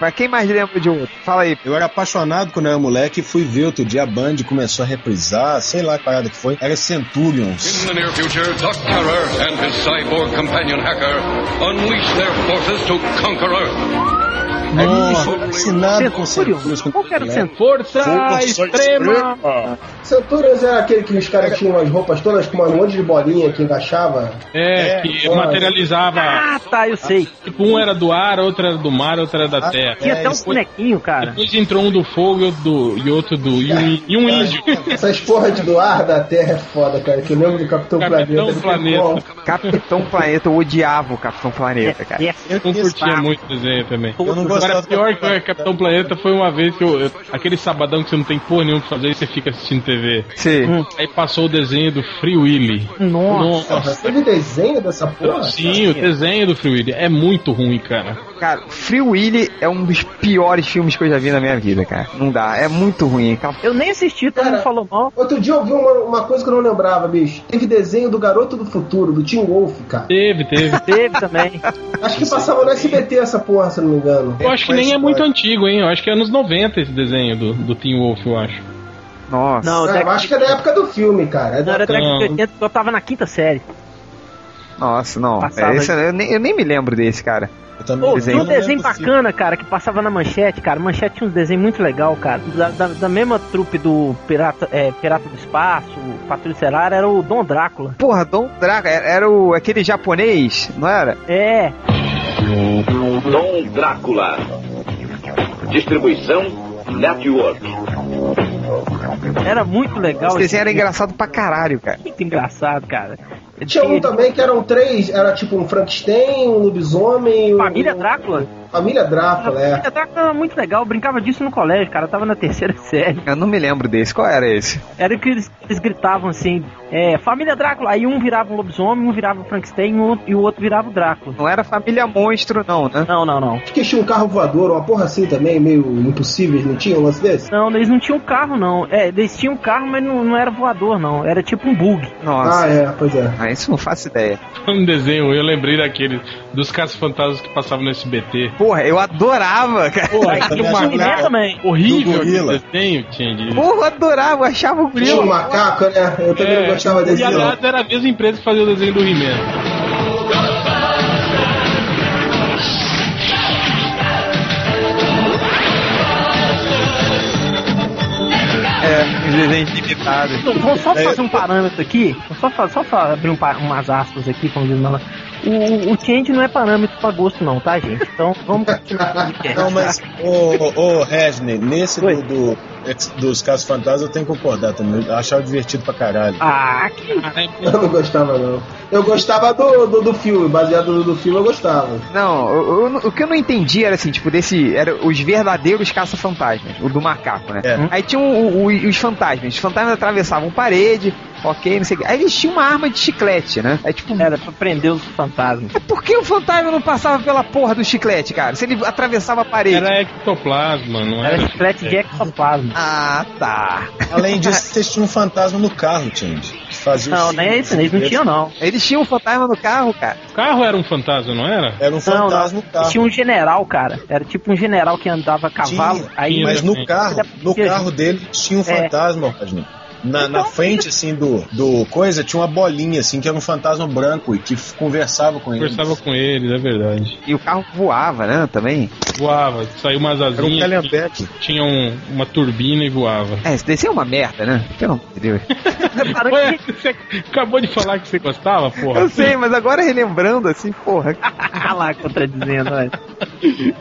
[SPEAKER 4] Mas quem mais lembra de outro? Fala aí.
[SPEAKER 3] Eu era apaixonado quando eu era moleque e fui ver outro dia a Band começou a reprisar, sei lá que parada que foi. Era Centurions.
[SPEAKER 8] In the near future, Doc Terror and his cyborg companion hacker unleash their forces to conquer Earth.
[SPEAKER 3] Nossa, assinado com Centurions.
[SPEAKER 1] Centurions.
[SPEAKER 3] com
[SPEAKER 1] Qual que era o
[SPEAKER 3] Centurions.
[SPEAKER 1] Centurions?
[SPEAKER 2] Força
[SPEAKER 3] Força
[SPEAKER 2] extrema!
[SPEAKER 6] Centurions era é aquele que os caras tinham as roupas todas com um monte de bolinha que encaixava.
[SPEAKER 2] É, que
[SPEAKER 3] olha.
[SPEAKER 2] materializava.
[SPEAKER 1] Ah, tá, eu sei.
[SPEAKER 2] Tipo, um era do ar, outro era do mar, outro era da
[SPEAKER 3] Ah,
[SPEAKER 2] terra.
[SPEAKER 1] Tinha
[SPEAKER 3] É,
[SPEAKER 1] até um
[SPEAKER 3] isso-
[SPEAKER 1] bonequinho, cara.
[SPEAKER 2] Depois entrou um do fogo e outro do, e outro do. E um, e um índio.
[SPEAKER 6] Essas porras de do ar da terra é foda, cara. Que eu lembro do
[SPEAKER 2] *laughs*
[SPEAKER 6] Capitão,
[SPEAKER 2] Capitão
[SPEAKER 6] Planeta.
[SPEAKER 2] Planeta.
[SPEAKER 6] Bom,
[SPEAKER 4] Capitão Planeta, eu odiava o Capitão Planeta, cara.
[SPEAKER 1] É, é,
[SPEAKER 3] Eu
[SPEAKER 2] Não curtia
[SPEAKER 3] gostava.
[SPEAKER 2] muito o desenho também.
[SPEAKER 3] Eu não
[SPEAKER 2] Agora,
[SPEAKER 3] gostava
[SPEAKER 2] pior que o Capitão Planeta foi uma vez que eu, eu- Aquele sabadão que você não tem porra nenhuma pra fazer e você fica assistindo TV.
[SPEAKER 1] é.
[SPEAKER 4] Sim.
[SPEAKER 1] Hum.
[SPEAKER 2] Aí passou o desenho do Free Willy.
[SPEAKER 1] Nossa.
[SPEAKER 6] Porra, teve desenho dessa porra?
[SPEAKER 2] Sim, o desenho do Free Willy é muito ruim, cara.
[SPEAKER 4] Cara, Free Willy é um dos piores filmes que eu já vi na minha vida, cara. Não dá, é muito ruim. Aquela
[SPEAKER 1] Eu nem assisti, todo
[SPEAKER 6] Cara,
[SPEAKER 1] mundo falou mal.
[SPEAKER 6] Outro dia eu vi uma, uma coisa que eu não lembrava, bicho. Teve desenho do Garoto do Futuro, do Tim Wolf, cara.
[SPEAKER 2] Teve, teve.
[SPEAKER 1] Teve também.
[SPEAKER 6] Acho que passava no SBT essa porra, se eu não me engano.
[SPEAKER 2] Eu acho que nem é muito antigo, hein? Eu acho que é anos 90 esse desenho do, do Team Wolf, eu acho. *laughs*
[SPEAKER 4] Nossa.
[SPEAKER 1] Não,
[SPEAKER 6] Ah, eu
[SPEAKER 1] década,
[SPEAKER 6] acho que é da época do filme, cara. É
[SPEAKER 1] não
[SPEAKER 6] da-
[SPEAKER 1] era década de
[SPEAKER 2] Não.
[SPEAKER 1] 80, eu tava na quinta série.
[SPEAKER 4] Nossa, não.
[SPEAKER 1] Passava
[SPEAKER 4] É, esse- eu, nem, eu nem me lembro desse, cara.
[SPEAKER 3] Eu também
[SPEAKER 1] Pô,
[SPEAKER 3] não
[SPEAKER 1] tinha um
[SPEAKER 3] lembro
[SPEAKER 1] desenho
[SPEAKER 3] se-
[SPEAKER 1] bacana, cara, que passava na manchete, cara. Manchete tinha um desenho muito legal, cara. Da, da- da mesma trupe do Pirata, é, Pirata do Espaço, Patrulha Celar, era o Dom Drácula.
[SPEAKER 4] Porra, Dom Draga, era, era o, aquele japonês, não era?
[SPEAKER 1] É,
[SPEAKER 9] Dom Drácula. Distribuição Network.
[SPEAKER 1] era muito legal.
[SPEAKER 4] Esse desenho era engraçado pra caralho, cara.
[SPEAKER 1] Muito engraçado, cara.
[SPEAKER 6] Tinha um
[SPEAKER 1] Ele-
[SPEAKER 6] também que eram três, era tipo um Frankenstein, um lobisomem. um-
[SPEAKER 1] Família Drácula?
[SPEAKER 6] Família Drácula, é.
[SPEAKER 1] Família Drácula era muito legal, eu brincava disso no colégio, cara. Eu tava na terceira *laughs* série.
[SPEAKER 4] Eu não me lembro desse. Qual era esse?
[SPEAKER 1] Era o que eles, eles gritavam assim: é, Família Drácula. Aí um virava um lobisomem, um virava o Frankenstein e o outro- e o outro virava o Drácula.
[SPEAKER 4] Não era Família Monstro, não, né?
[SPEAKER 1] Não, não, não.
[SPEAKER 6] Acho que tinha um carro voador, uma porra assim também, meio impossível, não tinha um lance desse?
[SPEAKER 1] Não, eles não tinham carro, não. É, eles tinham carro, mas não, não era voador, não. Era tipo um bug.
[SPEAKER 4] Nossa.
[SPEAKER 6] Ah, é, pois é.
[SPEAKER 4] Ah, isso eu não faço ideia.
[SPEAKER 2] Um desenho, ruim, eu lembrei daquele, dos caras fantasmas que passavam no SBT.
[SPEAKER 4] Porra, eu adorava, cara.
[SPEAKER 2] Pô,
[SPEAKER 3] eu
[SPEAKER 2] aquele
[SPEAKER 3] também acho
[SPEAKER 2] macaco
[SPEAKER 1] Né, também.
[SPEAKER 3] Do
[SPEAKER 2] horrível aquele
[SPEAKER 3] gorila.
[SPEAKER 2] desenho, Tindy.
[SPEAKER 4] Porra, eu adorava, eu achava o
[SPEAKER 6] Tinha um
[SPEAKER 4] Grilo.
[SPEAKER 6] macaco, né? Eu também
[SPEAKER 1] É,
[SPEAKER 6] não gostava desse,
[SPEAKER 2] É, e
[SPEAKER 6] não.
[SPEAKER 2] aliás, era a mesma empresa que fazia o desenho do He-Man.
[SPEAKER 4] É, Desenhos limitados.
[SPEAKER 1] Então, vou
[SPEAKER 3] É.
[SPEAKER 1] só fazer um parâmetro aqui, vou só, fa- só fa- abrir um par- umas aspas aqui, como diz ela. O, o change não é parâmetro pra gosto, não, tá, gente? Então
[SPEAKER 3] *laughs*
[SPEAKER 1] vamos continuar com o podcast,
[SPEAKER 3] Não, mas,
[SPEAKER 1] tá?
[SPEAKER 3] ô, ô, Resney, nesse
[SPEAKER 1] Oi.
[SPEAKER 3] do, do- esse- dos casos fantasmas eu tenho que concordar também. Eu achava divertido pra caralho.
[SPEAKER 1] Ah, que.
[SPEAKER 6] *laughs* Eu não gostava, não. Eu gostava do, do, do filme, baseado no do filme, eu gostava.
[SPEAKER 4] Não, eu- eu não- o que eu não entendi era assim, tipo, desse. Era os verdadeiros caça-fantasmas, o do macaco, né?
[SPEAKER 3] É.
[SPEAKER 4] Aí tinham o- o- os fantasmas. Os fantasmas atravessavam parede, ok, não sei o que. Aí eles tinham uma arma de chiclete, né? Aí
[SPEAKER 6] É.
[SPEAKER 4] tipo.
[SPEAKER 1] Era pra prender os fantasmas.
[SPEAKER 4] Mas por que o fantasma não passava pela porra do chiclete, cara? Se ele atravessava a parede.
[SPEAKER 2] Era ectoplasma,
[SPEAKER 3] É.
[SPEAKER 2] não era?
[SPEAKER 1] Era chiclete de ectoplasma.
[SPEAKER 4] Ah, tá.
[SPEAKER 3] Além
[SPEAKER 1] *laughs*
[SPEAKER 3] disso, vocês tinham um fantasma no carro, Change. que Fazia
[SPEAKER 1] Não,
[SPEAKER 3] os-
[SPEAKER 1] não é isso, eles não tinham, não.
[SPEAKER 4] Eles tinham um fantasma no carro, cara.
[SPEAKER 2] O carro era um fantasma, não era?
[SPEAKER 3] Era um
[SPEAKER 1] Não,
[SPEAKER 3] fantasma
[SPEAKER 1] não.
[SPEAKER 3] no carro.
[SPEAKER 1] Tinha um general, cara. Era tipo um general que andava a cavalo.
[SPEAKER 3] Tinha,
[SPEAKER 1] aí
[SPEAKER 3] mas no
[SPEAKER 2] Tinha.
[SPEAKER 3] carro, no
[SPEAKER 1] Tinha.
[SPEAKER 3] carro dele tinha um
[SPEAKER 1] É. Então,
[SPEAKER 3] fantasma, Rodney. Na, na frente, assim, do, do coisa, tinha uma bolinha, assim, que era um fantasma branco e que f- conversava com ele.
[SPEAKER 2] Conversava com eles, é verdade.
[SPEAKER 4] E o carro voava, né, também.
[SPEAKER 2] Voava, saiu umas
[SPEAKER 3] Era um
[SPEAKER 2] asinhas,
[SPEAKER 3] calhambeque.
[SPEAKER 2] tinha um- uma turbina e voava.
[SPEAKER 4] É, isso desceu uma merda, né? Pelo amor de Deus.
[SPEAKER 1] Reparou
[SPEAKER 2] Ué,
[SPEAKER 1] um que-
[SPEAKER 2] *laughs* você acabou de falar que você gostava, porra.
[SPEAKER 4] Eu sei, mas agora relembrando, assim, porra.
[SPEAKER 1] Ah lá, contradizendo, olha.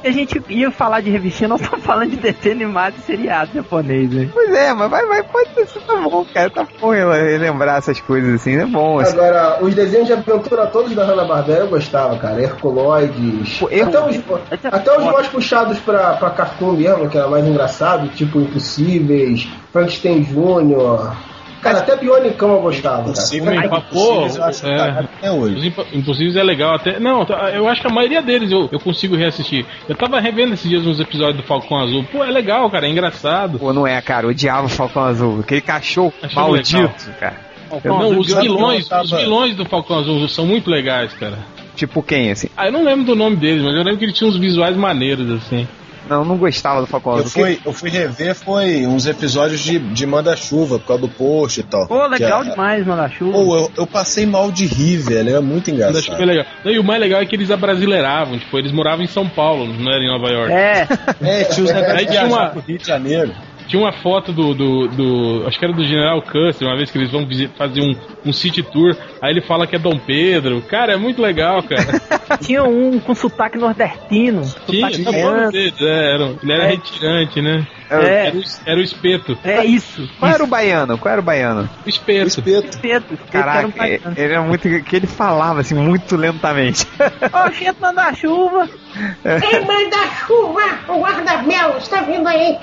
[SPEAKER 1] A gente ia falar de revistinha, nós estamos falando de desenho animado e seriado japonês, né?
[SPEAKER 4] Pois é, mas vai, vai, pode ter sido tá bom, cara. Tá bom relembrar essas coisas assim, é bom. Assim.
[SPEAKER 6] Agora, os desenhos de aventura todos da Hanna-Barbera eu gostava, cara. Herculoides.
[SPEAKER 4] Pô,
[SPEAKER 6] até os,
[SPEAKER 4] Herculoides.
[SPEAKER 1] Até-
[SPEAKER 6] até os mais puxados pra, pra cartoon mesmo, que era mais engraçado, tipo Impossíveis, Frankenstein Jr. Cara, até Bionicão eu gostava, cara.
[SPEAKER 3] Possível,
[SPEAKER 2] Ai,
[SPEAKER 3] impossível,
[SPEAKER 2] pô,
[SPEAKER 3] eu acho
[SPEAKER 2] é.
[SPEAKER 3] cagado tá até hoje.
[SPEAKER 2] Os Impo- Impossíveis é legal até. Não, tá, eu acho que a maioria deles eu, eu consigo reassistir. Eu tava revendo esses dias uns episódios do Falcão Azul. Pô, é legal, cara, é engraçado.
[SPEAKER 4] Pô, não é, cara. Eu odiava o Falcão Azul. Aquele cachorro
[SPEAKER 2] Achei
[SPEAKER 4] maldito, cara.
[SPEAKER 2] não,
[SPEAKER 3] Azul,
[SPEAKER 2] os
[SPEAKER 3] eu
[SPEAKER 2] vilões,
[SPEAKER 3] tava-
[SPEAKER 2] os vilões do Falcão Azul são muito legais, cara.
[SPEAKER 4] Tipo quem, assim?
[SPEAKER 2] Ah, eu não lembro do nome deles, mas eu lembro que ele tinha uns visuais maneiros, assim.
[SPEAKER 4] Não, não gostava do Falcão
[SPEAKER 3] Eu
[SPEAKER 4] Azul. porque-
[SPEAKER 3] fui, eu fui rever, foi uns episódios de, de manda-chuva, por causa do post e tal.
[SPEAKER 1] Pô, legal
[SPEAKER 3] Que a-
[SPEAKER 1] demais, mano, a chuva.
[SPEAKER 3] Pô, eu, eu passei mal de rir, velho. Era muito
[SPEAKER 2] Eu achei bem
[SPEAKER 3] engraçado.
[SPEAKER 2] legal. Não, e o mais legal é que eles abrasileiravam, tipo, eles moravam em São Paulo, não era em Nova York.
[SPEAKER 1] É,
[SPEAKER 3] É, tinha os negócios
[SPEAKER 2] Aí
[SPEAKER 3] de
[SPEAKER 2] tinha uma-
[SPEAKER 3] viajar pro Rio de Janeiro.
[SPEAKER 2] Tinha uma foto do, do, do- Acho que era do General Custer, uma vez que eles vão visi- fazer um, um city tour. Aí ele fala que é Dom Pedro. Cara, é muito legal, cara.
[SPEAKER 1] tinha um com sotaque nordestino.
[SPEAKER 2] Tinha,
[SPEAKER 1] Sotaque
[SPEAKER 2] tá
[SPEAKER 1] criança.
[SPEAKER 2] falando deles. É, era, ele era
[SPEAKER 1] É.
[SPEAKER 2] retirante, né?
[SPEAKER 1] É,
[SPEAKER 2] Era, o, es- era o espeto.
[SPEAKER 1] é isso.
[SPEAKER 4] Qual era o baiano? Qual era o baiano?
[SPEAKER 2] O espeto.
[SPEAKER 3] Espeto.
[SPEAKER 1] Pedro, Pedro
[SPEAKER 4] Caraca, é,
[SPEAKER 1] era um bacana.
[SPEAKER 4] ele era muito. que ele falava, assim, muito lentamente. *laughs*
[SPEAKER 1] Ó, gente, manda a chuva.
[SPEAKER 10] Quem manda chuva, o guarda-mel está vindo aí.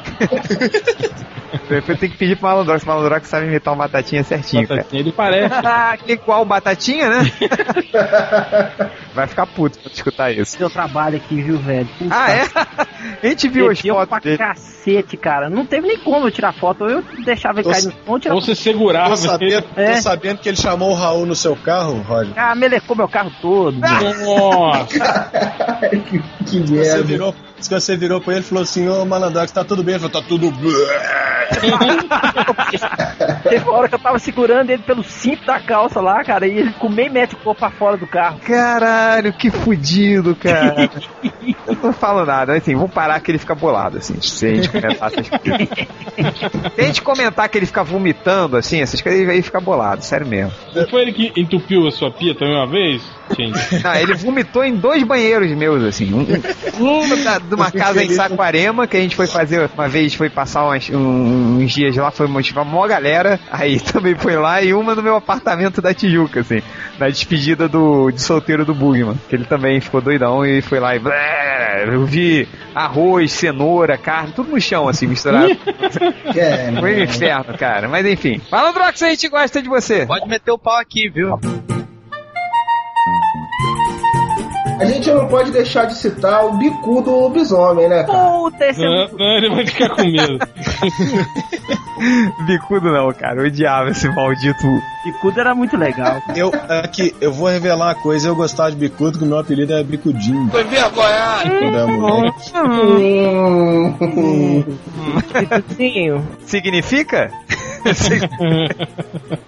[SPEAKER 4] Depois tem que pedir pro Malandrox. O Malandrox sabe imitar o Batatinha certinho, cara.
[SPEAKER 2] Batatinha, Ele parece.
[SPEAKER 4] Ah, *laughs* que igual o Batatinha, *laughs* né? Vai ficar puto pra escutar isso.
[SPEAKER 1] Seu trabalho aqui, viu, velho? Puta,
[SPEAKER 4] Ah, *laughs* é? A gente viu as
[SPEAKER 1] Bebeu pra
[SPEAKER 4] fotos dele.
[SPEAKER 1] cacete, cara. Não teve nem como eu tirar foto. Eu deixava ele
[SPEAKER 3] Tô-
[SPEAKER 1] cair no chão, eu
[SPEAKER 2] Ou
[SPEAKER 1] tirava
[SPEAKER 2] você segurava.
[SPEAKER 3] Tô sabendo,
[SPEAKER 1] É.
[SPEAKER 3] tô sabendo que ele chamou o Raul no seu carro, Roger.
[SPEAKER 1] Ah, melecou meu carro todo.
[SPEAKER 4] Ah,
[SPEAKER 1] mano.
[SPEAKER 2] Nossa,
[SPEAKER 6] *laughs* que, que
[SPEAKER 3] Diz que Você
[SPEAKER 6] merda.
[SPEAKER 3] virou, diz que você virou pra ele e falou assim, ô Malandrax, tá tudo bem? Ele falou, tá tudo... bem."
[SPEAKER 1] Teve uma hora que eu tava segurando ele pelo cinto da calça lá, cara, e ele ficou meio metro o corpo pra fora do carro.
[SPEAKER 4] Caralho, que fudido, cara. *laughs* Eu não falo nada, mas assim, vamos parar que ele fica bolado, assim, se a gente comentar essas *laughs* coisas. Se a gente comentar que ele fica vomitando, assim, essas coisas, ele- ele fica bolado, sério mesmo.
[SPEAKER 2] não foi ele que entupiu a sua pia também uma vez? Gente,
[SPEAKER 4] Não, Tá, ele vomitou em dois banheiros meus, assim. Um, um da- de uma casa em Saquarema, que a gente foi fazer uma vez, foi passar umas- um- uns dias lá, foi motivar uma maior galera. Aí *laughs* também foi lá, e uma no meu apartamento da Tijuca, assim, na despedida do, de solteiro do Bugman. Que ele também ficou doidão e foi lá e. Eu vi arroz, cenoura, carne, tudo no chão, assim, misturado.
[SPEAKER 6] É, né?
[SPEAKER 4] Foi um inferno, cara. Mas enfim. Fala, Drox, a gente gosta de você.
[SPEAKER 11] Pode meter o pau aqui, viu?
[SPEAKER 6] A gente não pode deixar de citar o bico do lobisomem, né, cara?
[SPEAKER 1] Puta, esse é
[SPEAKER 2] não,
[SPEAKER 1] muito...
[SPEAKER 2] não, ele vai ficar com medo.
[SPEAKER 4] Bicudo não, cara. Eu odiava esse maldito
[SPEAKER 1] Bicudo era muito legal. cara.
[SPEAKER 3] Eu, aqui, eu vou revelar uma coisa, eu gostava de bicudo, que o meu apelido era Bicudinho. Foi vergonhado! Quando era moleque.
[SPEAKER 1] Bicudinho.
[SPEAKER 4] Significa?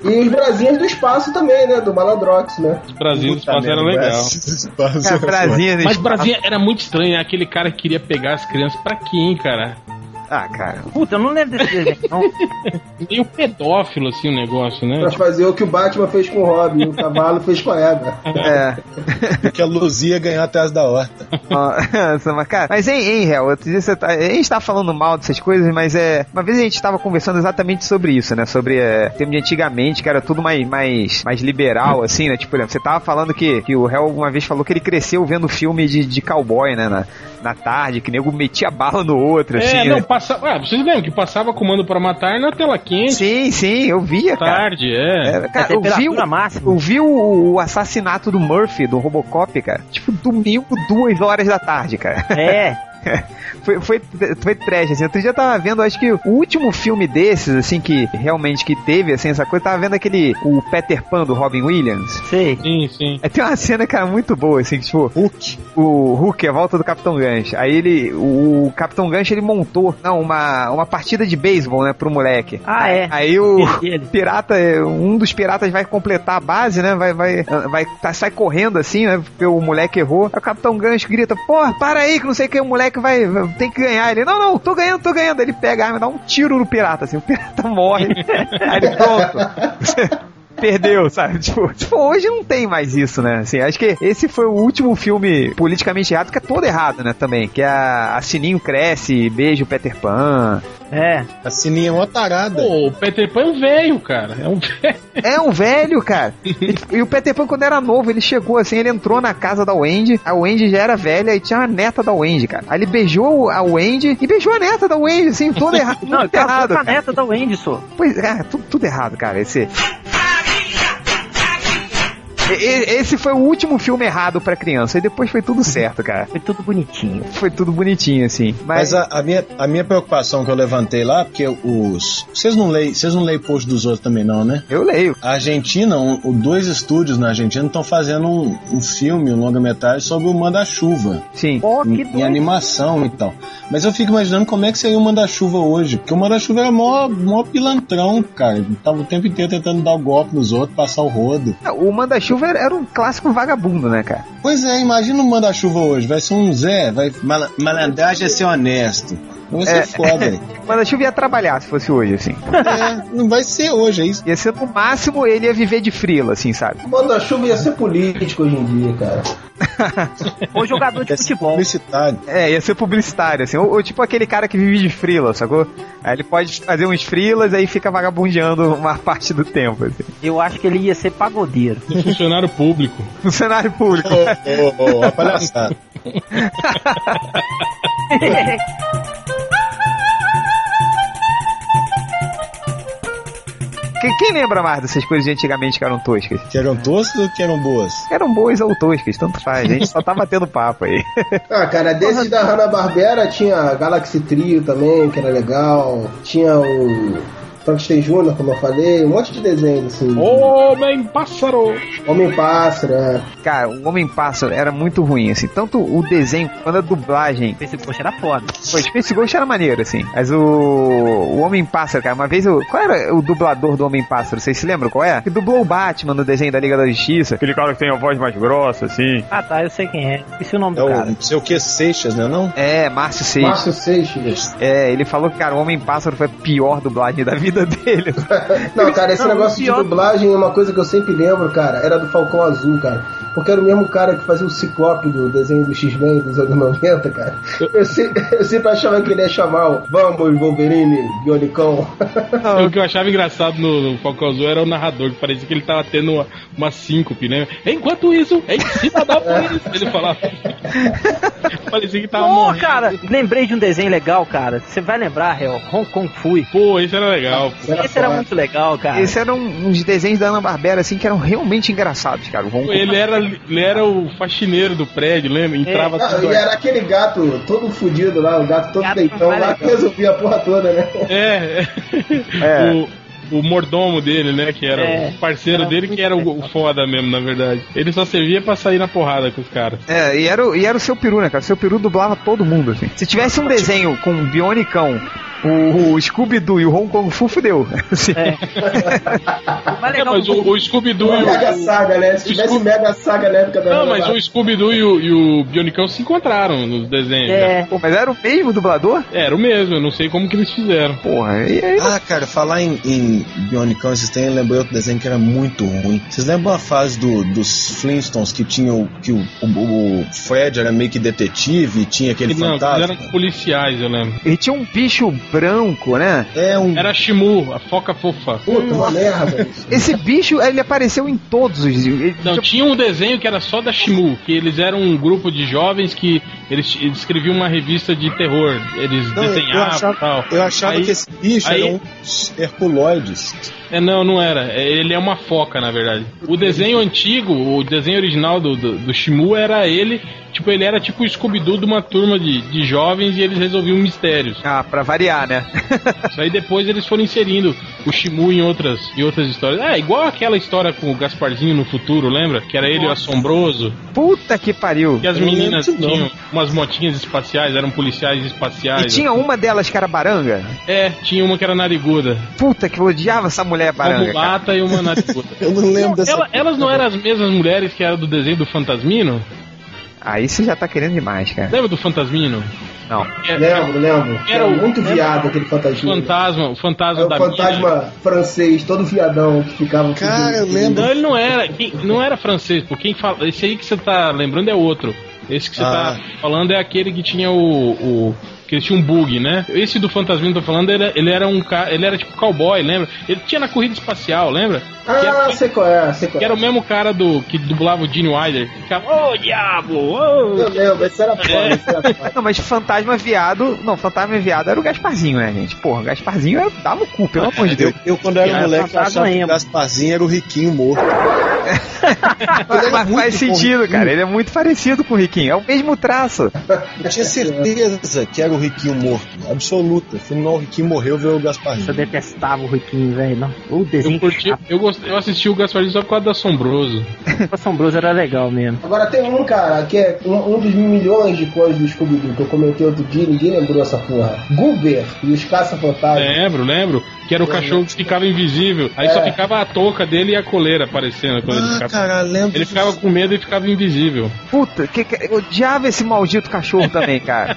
[SPEAKER 6] E os brasinhos do espaço também, né? Do Malandrox, né?
[SPEAKER 2] Os Brasil do
[SPEAKER 3] Puta
[SPEAKER 2] espaço era
[SPEAKER 3] merda, *laughs*
[SPEAKER 2] legal.
[SPEAKER 3] Espaço,
[SPEAKER 4] É, Brasinha, *laughs*
[SPEAKER 2] Mas Brasil era muito estranho, né? aquele cara que queria pegar as crianças pra quem, cara?
[SPEAKER 4] Ah, cara.
[SPEAKER 1] Puta, eu não lembro desse desenho. não.
[SPEAKER 2] Meio pedófilo, assim, o negócio, né?
[SPEAKER 6] Pra fazer o que o Batman fez com o Robin, o cavalo fez com a Eva.
[SPEAKER 4] É.
[SPEAKER 3] Porque a Luzia ganhou até as da horta.
[SPEAKER 4] Ó, *laughs* essa, mas, cara, mas hein, hein, Hel, outro dia você tá, a gente tá falando mal dessas coisas, mas é. Uma vez a gente tava conversando exatamente sobre isso, né? Sobre é, tempo de antigamente, que era tudo mais, mais, mais liberal, assim, né? Tipo, por exemplo, você tava falando que, que o Hel uma vez falou que ele cresceu vendo filme de, de cowboy, né? Na, na tarde, que nego metia bala no outro, assim,
[SPEAKER 2] É,
[SPEAKER 4] né?
[SPEAKER 2] não, passava. Ah, vocês lembram que passava comando pra matar na tela quente,
[SPEAKER 4] Sim, sim, eu via, cara.
[SPEAKER 2] tarde, é.
[SPEAKER 4] É, *laughs* cara,
[SPEAKER 1] a
[SPEAKER 4] eu vi, o-
[SPEAKER 1] temperatura máxima.
[SPEAKER 4] eu vi o, o assassinato do Murphy, do Robocop, cara. Tipo, domingo, duas horas da tarde, cara. *laughs*
[SPEAKER 1] É,
[SPEAKER 4] Foi, foi, foi trash, assim. Outro dia eu tava vendo, acho que o último filme desses, assim, que realmente que teve, assim, essa coisa, eu tava vendo aquele, o Peter Pan do Robin Williams.
[SPEAKER 1] sei.
[SPEAKER 2] Sim, sim.
[SPEAKER 4] Aí Tem uma cena, cara, muito boa, assim, que, tipo,
[SPEAKER 3] Hulk.
[SPEAKER 4] o Hulk, a volta do Capitão Gancho. Aí ele, o Capitão Gancho, ele montou, não, uma, uma partida de beisebol, né, pro moleque.
[SPEAKER 1] Ah, é.
[SPEAKER 4] Aí o
[SPEAKER 1] Ele.
[SPEAKER 4] pirata, é, um dos piratas vai completar a base, né? Vai, vai, vai tá, sai correndo assim, né? Porque o moleque errou. Aí o Capitão Gancho grita: Porra, para aí, que não sei o que, o moleque vai, vai- tem que ganhar. Ele: Não, não, tô ganhando, tô ganhando. Ele pega a arma e dá um tiro no pirata, assim, o pirata *laughs* morre. aí ele: Pronto. *laughs* Perdeu, sabe? Tipo, tipo, hoje não tem mais isso, né? Assim, acho que esse foi o último filme politicamente errado, que é todo errado, né? Também. Que a, a Sininho cresce, beijo Peter Pan.
[SPEAKER 1] É.
[SPEAKER 3] A Sininha é uma tarada.
[SPEAKER 2] Pô, o Peter Pan é um velho, cara. É um *laughs* velho.
[SPEAKER 4] É um velho, cara.
[SPEAKER 3] *laughs*
[SPEAKER 4] E, e o Peter Pan, quando era novo, ele chegou assim, ele entrou na casa da Wendy. A Wendy já era velha e tinha uma neta da Wendy, cara. Aí ele beijou a Wendy e beijou a neta da Wendy, assim, todo
[SPEAKER 3] *laughs*
[SPEAKER 4] errado.
[SPEAKER 1] Não,
[SPEAKER 3] tá
[SPEAKER 4] tudo
[SPEAKER 1] eu tava
[SPEAKER 4] errado,
[SPEAKER 1] com a
[SPEAKER 3] né?
[SPEAKER 4] cara.
[SPEAKER 1] neta da Wendy, só.
[SPEAKER 4] Pois é, tudo, tudo errado, cara. Esse. E- e- Esse foi o último filme errado pra criança. E depois foi tudo certo, cara.
[SPEAKER 1] Foi tudo bonitinho.
[SPEAKER 4] Foi tudo bonitinho, assim. Mas,
[SPEAKER 3] Mas a, a minha, a minha preocupação que eu levantei lá, porque os. Vocês não leem, vocês não leem post dos outros também, não, né?
[SPEAKER 4] eu leio.
[SPEAKER 3] A Argentina, um, o- dois estúdios na Argentina estão fazendo um, um filme, um longa-metragem sobre o Manda-Chuva.
[SPEAKER 4] Sim.
[SPEAKER 1] Ó, que
[SPEAKER 3] Em, em
[SPEAKER 1] doido.
[SPEAKER 3] animação e tal. Mas eu fico imaginando como é que seria o Manda-Chuva hoje. Porque o Manda-Chuva era mó, mó pilantrão, cara. Ele Tava o tempo inteiro tentando dar o golpe nos outros, passar o rodo.
[SPEAKER 4] O Manda-Chuva era- era um clássico vagabundo, né, cara?
[SPEAKER 3] Pois é, imagina o Manda-Chuva hoje. Vai ser um Zé, vai. Mala, malandragem é ser honesto. Não vai ser
[SPEAKER 1] *laughs*
[SPEAKER 4] É.
[SPEAKER 3] foda. hein?
[SPEAKER 4] O Manda-Chuva ia trabalhar se fosse hoje, assim.
[SPEAKER 3] É, não vai ser hoje, é isso.
[SPEAKER 4] Ia ser no máximo ele ia viver de frila, assim, sabe?
[SPEAKER 6] Manda-chuva ia ser político hoje em dia, cara.
[SPEAKER 1] Ou um jogador de
[SPEAKER 3] Quer ser
[SPEAKER 1] futebol.
[SPEAKER 3] publicitário.
[SPEAKER 4] É, ia ser publicitário, assim. Ou, ou tipo aquele cara que vive de frila, sacou? Aí ele pode fazer uns frilas aí fica vagabundeando uma *laughs* parte do tempo, assim.
[SPEAKER 1] Eu acho que ele ia ser *laughs* pagodeiro.
[SPEAKER 2] De funcionário público.
[SPEAKER 4] No cenário
[SPEAKER 3] *laughs*
[SPEAKER 4] público.
[SPEAKER 3] Ô, ô, ô, ó, palhaçada.
[SPEAKER 4] Quem, quem lembra mais dessas coisas de antigamente que eram toscas?
[SPEAKER 3] *laughs* Que eram toscas ou que eram boas?
[SPEAKER 4] Eram boas ou toscas, tanto faz. A gente só tá batendo papo aí.
[SPEAKER 6] *laughs*
[SPEAKER 4] *laughs*
[SPEAKER 6] Ah, cara, desses da Hanna-Barbera tinha a Galaxy Trio também, que era legal. Tinha o Frankenstein Jr., como eu falei. Um monte de desenhos, assim.
[SPEAKER 1] Oh.
[SPEAKER 2] Homem pássaro!
[SPEAKER 6] Homem-Pássaro, é.
[SPEAKER 4] Cara, o Homem-Pássaro era muito ruim, assim. Tanto o desenho quanto a dublagem.
[SPEAKER 1] Pensei, poxa, era foda.
[SPEAKER 4] Pô, Space Ghost era maneiro, assim. Mas o. O Homem-Pássaro, cara, uma vez eu. Qual era o dublador do Homem-Pássaro? Vocês se lembram qual é? Que dublou o Batman no desenho da Liga da Justiça. Aquele cara que tem a voz mais grossa, assim.
[SPEAKER 1] Ah, tá, eu sei quem é. Esqueci o nome
[SPEAKER 3] É
[SPEAKER 1] do cara.
[SPEAKER 3] o sei o que, Seixas, né? Não?
[SPEAKER 4] É, Márcio Seixas.
[SPEAKER 6] Márcio Seixas.
[SPEAKER 4] É, ele falou que, cara, o Homem-Pássaro foi a pior dublagem da vida *laughs* dele.
[SPEAKER 6] Não, cara, esse
[SPEAKER 1] Não, o
[SPEAKER 6] negócio de
[SPEAKER 1] pior-
[SPEAKER 6] dublagem é uma coisa que eu sempre lembro, cara. Era do Falcão Azul, cara. Porque era o mesmo cara que fazia o Ciclope do desenho do X-Men dos anos 90, cara. Eu se- *laughs* eu sempre, achava que ele ia chamar o Vamos, Wolverine, Bionicão. *laughs*
[SPEAKER 1] Ah.
[SPEAKER 2] O que eu achava engraçado no, no Falcão Azul era o narrador, que parecia que ele tava tendo uma, uma síncope, né? Enquanto isso, em cima da polícia!
[SPEAKER 1] *laughs*
[SPEAKER 2] Ele falava. parecia que tava
[SPEAKER 1] Pô,
[SPEAKER 2] morrendo.
[SPEAKER 1] cara, lembrei de um desenho legal, cara. Você vai lembrar, Hel, Hong Kong Fui.
[SPEAKER 2] Pô, isso era legal. Pô.
[SPEAKER 6] Era
[SPEAKER 1] Esse era
[SPEAKER 6] foda.
[SPEAKER 1] muito legal, cara.
[SPEAKER 4] Esses eram um, uns desenhos da Ana Barbera, assim, que eram realmente engraçados, cara. Vamos...
[SPEAKER 2] Ele era, ele era o faxineiro do prédio, lembra? Entrava
[SPEAKER 1] É,
[SPEAKER 6] Ah,
[SPEAKER 2] tudo.
[SPEAKER 6] e era aquele gato todo fudido lá, o gato todo
[SPEAKER 1] Gato
[SPEAKER 6] peitão lá,
[SPEAKER 1] maravilhoso.
[SPEAKER 6] que resolvia a porra toda, né?
[SPEAKER 2] É,
[SPEAKER 4] É.
[SPEAKER 2] O, o mordomo dele, né? Que era
[SPEAKER 1] É,
[SPEAKER 2] o parceiro
[SPEAKER 1] era
[SPEAKER 2] dele,
[SPEAKER 1] muito
[SPEAKER 2] que era o,
[SPEAKER 1] legal.
[SPEAKER 2] o foda mesmo, na verdade. Ele só servia pra sair na porrada com os caras.
[SPEAKER 4] É, e era, o- e era o seu peru, né, cara? O seu peru dublava todo mundo, assim. Se tivesse um desenho com um bionicão O, o Scooby-Doo e o Hong Kong Fu fudeu. *laughs* Assim.
[SPEAKER 1] Mas
[SPEAKER 2] É,
[SPEAKER 1] legal,
[SPEAKER 2] mas o, o Scooby-Doo e
[SPEAKER 6] Mega
[SPEAKER 2] o...
[SPEAKER 6] Saga, né? Se tivesse Mega Saga na época da
[SPEAKER 2] Não, mas
[SPEAKER 6] novela.
[SPEAKER 2] o Scooby-Doo e o, e o Bionicão se encontraram nos desenhos. né?
[SPEAKER 1] é,
[SPEAKER 4] Pô, mas era o mesmo dublador?
[SPEAKER 2] Era o mesmo, eu não sei como que eles fizeram.
[SPEAKER 4] Porra, e aí?
[SPEAKER 3] Ah, cara, falar em, em Bionicão Existente, lembrei outro desenho que era muito ruim. Vocês lembram a fase do- dos Flintstones que tinha o, que o, o- o Fred era meio que detetive e tinha aquele
[SPEAKER 2] não, eles
[SPEAKER 3] fantasma?
[SPEAKER 2] eram policiais, eu lembro.
[SPEAKER 4] Ele tinha um bicho branco, né?
[SPEAKER 3] É um.
[SPEAKER 2] Era a Shimu, a foca fofa.
[SPEAKER 6] Puta, uma merda. isso.
[SPEAKER 4] Esse bicho, ele apareceu em todos os. ele-
[SPEAKER 2] Não, tinha um desenho que era só da Shimu, que eles eram um grupo de jovens que eles, eles escreviam uma revista de terror. Eles
[SPEAKER 3] Não, eu- eu
[SPEAKER 2] desenhavam
[SPEAKER 3] achava,
[SPEAKER 2] e tal.
[SPEAKER 3] eu achava
[SPEAKER 2] Aí-
[SPEAKER 3] que esse bicho
[SPEAKER 2] aí-
[SPEAKER 3] era um dos Herculoides.
[SPEAKER 2] É, não, não era. É, Ele é uma foca, na verdade. O desenho antigo, o desenho original do, do, do Shimu era ele. Tipo, ele era tipo o Scooby-Doo de uma turma de, de jovens e eles resolviam mistérios.
[SPEAKER 4] Ah, pra variar, né? *laughs*
[SPEAKER 2] Isso aí depois eles foram inserindo o Shimu em outras, em outras histórias. É, igual aquela história com o Gasparzinho no futuro, lembra? Que era ele o assombroso.
[SPEAKER 4] Puta que pariu.
[SPEAKER 2] Que as
[SPEAKER 3] Eu não
[SPEAKER 2] meninas
[SPEAKER 3] lembro disso,
[SPEAKER 2] tinham umas motinhas espaciais, eram policiais espaciais.
[SPEAKER 4] E tinha uma delas que era baranga?
[SPEAKER 2] É, tinha uma que era nariguda.
[SPEAKER 4] Puta que eu odiava essa mulher
[SPEAKER 2] Uma
[SPEAKER 4] baranga. cara.
[SPEAKER 2] mulata e uma nariguda.
[SPEAKER 4] *laughs*
[SPEAKER 3] Eu não lembro
[SPEAKER 2] Não,
[SPEAKER 3] dessa.
[SPEAKER 2] ela- elas não eram as mesmas mulheres que eram do desenho do Fantasmino?
[SPEAKER 4] Aí você já tá querendo demais, cara.
[SPEAKER 2] Lembra do Fantasmino?
[SPEAKER 4] Não.
[SPEAKER 2] É,
[SPEAKER 6] Lembro, lembro. Era
[SPEAKER 2] o-
[SPEAKER 6] muito
[SPEAKER 2] era
[SPEAKER 6] viado aquele
[SPEAKER 2] o
[SPEAKER 6] fantasminha.
[SPEAKER 2] fantasma, o fantasma
[SPEAKER 6] Era É o
[SPEAKER 2] da mina.
[SPEAKER 6] fantasma francês, todo viadão que ficava...
[SPEAKER 3] Cara, eu
[SPEAKER 6] fugindo.
[SPEAKER 3] lembro.
[SPEAKER 2] Não, ele não era. quem- não era francês, pô. Quem fala, esse aí que você tá lembrando é outro. Esse que você
[SPEAKER 3] Ah.
[SPEAKER 2] tá falando é aquele que tinha o. o- que ele tinha um bug, né? Esse do fantasminho que eu tô falando, ele, ele era um cara. Ele era tipo cowboy, lembra? Ele tinha na corrida espacial, lembra? Que era-
[SPEAKER 6] Ah, sei qual é, sei qual
[SPEAKER 2] Que
[SPEAKER 6] é.
[SPEAKER 2] era o mesmo cara do que dublava o Gene Wilder. que Ficava, ô diabo! ô".
[SPEAKER 6] Eu lembro, esse era
[SPEAKER 2] É.
[SPEAKER 6] foda, esse era foda.
[SPEAKER 4] Não, mas fantasma viado. Não, fantasma viado era o Gasparzinho, né, gente? Porra, o Gasparzinho era, dava o cu, pelo amor de
[SPEAKER 3] Eu,
[SPEAKER 4] Deus.
[SPEAKER 3] eu, quando era
[SPEAKER 2] É,
[SPEAKER 1] Era
[SPEAKER 3] moleque, eu
[SPEAKER 1] fantasma
[SPEAKER 3] achava que o
[SPEAKER 1] emo.
[SPEAKER 3] Gasparzinho era o riquinho morto. Mas era
[SPEAKER 4] Mas
[SPEAKER 3] muito
[SPEAKER 4] faz sentido,
[SPEAKER 3] bom.
[SPEAKER 4] cara. Ele é muito parecido com o Riquinho. É o mesmo traço.
[SPEAKER 3] Eu tinha certeza que era o Riquinho morto. Absoluta. Afinal, o Riquinho morreu veio o
[SPEAKER 1] eu
[SPEAKER 3] Gasparzinho.
[SPEAKER 1] detestava o Riquinho, velho. não. O
[SPEAKER 2] Eu
[SPEAKER 1] desenho
[SPEAKER 2] curti, eu, gostei, eu assisti o Gasparinho só por causa do Assombroso.
[SPEAKER 1] chato, assombroso era legal mesmo.
[SPEAKER 6] Agora tem um, cara, que é um, um dos milhões de coisas do Scooby-Doo que eu comentei outro dia ninguém lembrou essa porra. Goober e os caça-fantasmas.
[SPEAKER 2] Lembro, lembro. Que era o cachorro que ficava invisível. Aí só
[SPEAKER 6] É.
[SPEAKER 2] ficava a touca dele e a coleira aparecendo quando ele
[SPEAKER 3] Ah,
[SPEAKER 2] ficava.
[SPEAKER 3] cara, é lembro.
[SPEAKER 2] Ele ficava com medo e ficava invisível.
[SPEAKER 4] Puta, que, que, eu odiava esse maldito cachorro também, cara.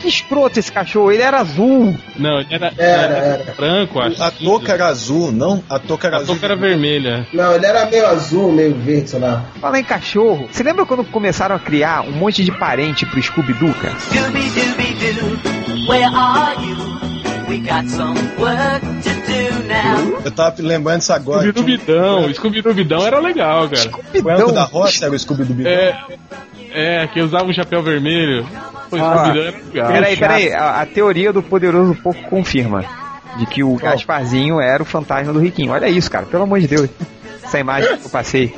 [SPEAKER 4] Que escroto esse cachorro. Ele era azul.
[SPEAKER 2] Não, ele era,
[SPEAKER 6] Era,
[SPEAKER 2] era
[SPEAKER 6] era.
[SPEAKER 2] branco, acho.
[SPEAKER 3] A touca era azul, não? A touca era
[SPEAKER 2] A
[SPEAKER 3] azul.
[SPEAKER 2] touca era vermelha.
[SPEAKER 6] Não, ele era meio azul, meio verde, sei lá.
[SPEAKER 4] Fala em cachorro. Você lembra quando começaram a criar um monte de parente pro Scooby-Doo, cara?
[SPEAKER 5] Scooby-Dooby-Doo, where are you? We got some work to do now.
[SPEAKER 3] Eu tava lembrando isso agora. Tinha
[SPEAKER 2] Scooby-Dubidão. Scooby-Dubidão era legal, cara.
[SPEAKER 3] um- O Elmo da Roça era o Scooby do Bidão.
[SPEAKER 2] É. É, que usava um chapéu vermelho. Pô,
[SPEAKER 4] Ah.
[SPEAKER 2] Scooby-Doo era legal.
[SPEAKER 4] Peraí, peraí. A, a teoria do poderoso pouco confirma. De que o Gasparzinho era o fantasma do Riquinho. Olha isso, cara. Pelo amor de Deus. Essa imagem que eu passei.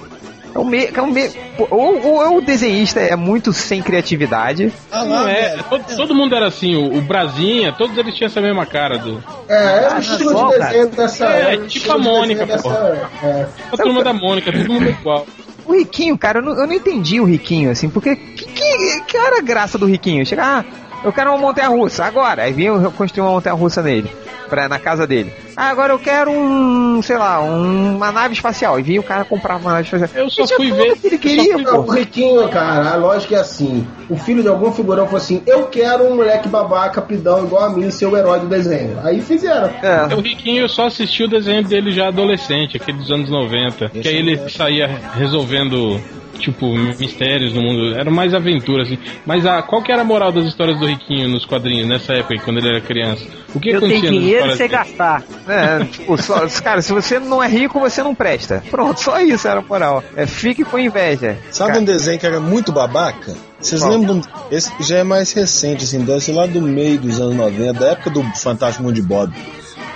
[SPEAKER 4] É o me, é o me, pô, ou, ou é o desenhista é muito sem criatividade.
[SPEAKER 3] Ah
[SPEAKER 2] Não é,
[SPEAKER 3] velho.
[SPEAKER 2] todo, todo mundo era assim, o, o Brasinha, todos eles tinham essa mesma cara do.
[SPEAKER 6] É, era um estilo
[SPEAKER 1] bom,
[SPEAKER 6] de desenho dessa
[SPEAKER 2] Ah, É,
[SPEAKER 6] era
[SPEAKER 2] tipo
[SPEAKER 6] um estilo
[SPEAKER 2] a
[SPEAKER 6] de desenho
[SPEAKER 2] Mônica,
[SPEAKER 6] dessa
[SPEAKER 2] pô.
[SPEAKER 6] era. É.
[SPEAKER 2] A turma da Mônica, todo mundo é igual.
[SPEAKER 4] O Riquinho, cara, eu não, eu não entendi o Riquinho, assim, porque que, que, que era a graça do Riquinho? Chegar, ah, eu quero uma montanha-russa, agora. Aí vinha eu construir uma montanha-russa nele, pra, na casa dele. Ah, agora eu quero um, sei lá, um- uma nave espacial. E vinha o cara comprar uma nave espacial.
[SPEAKER 2] Eu só
[SPEAKER 4] Isso é
[SPEAKER 2] fui
[SPEAKER 4] tudo
[SPEAKER 2] ver-
[SPEAKER 4] que
[SPEAKER 2] eu
[SPEAKER 4] ele
[SPEAKER 2] só
[SPEAKER 4] queria,
[SPEAKER 2] fui-
[SPEAKER 6] Não,
[SPEAKER 4] pô.
[SPEAKER 6] o riquinho, cara, a lógica é assim. O filho de algum figurão falou assim, eu quero um moleque babaca, pidão, igual a mim, ser o herói do desenho. Aí fizeram.
[SPEAKER 4] É.
[SPEAKER 2] O Riquinho eu só assisti o desenho dele já adolescente, aquele dos anos 90. que aí ele saía resolvendo, tipo, mistérios no mundo. Era mais aventura, assim. Mas a, qual que era a moral das histórias do Riquinho nos quadrinhos nessa época, quando ele era criança? O que
[SPEAKER 1] Eu tenho
[SPEAKER 2] acontecia nas
[SPEAKER 1] dinheiro e
[SPEAKER 2] histórias
[SPEAKER 1] sei
[SPEAKER 2] dele?
[SPEAKER 1] gastar.
[SPEAKER 4] É, tipo, só, cara, se você não é rico, você não presta. Pronto, só isso era a moral. É, fique com inveja.
[SPEAKER 3] Sabe um
[SPEAKER 4] cara,
[SPEAKER 3] desenho que era muito babaca? Vocês
[SPEAKER 4] Qual?
[SPEAKER 3] lembram? Esse já é mais recente, assim, deve ser lá do meio dos anos 90, da época do Fantástico Mundo de Bob.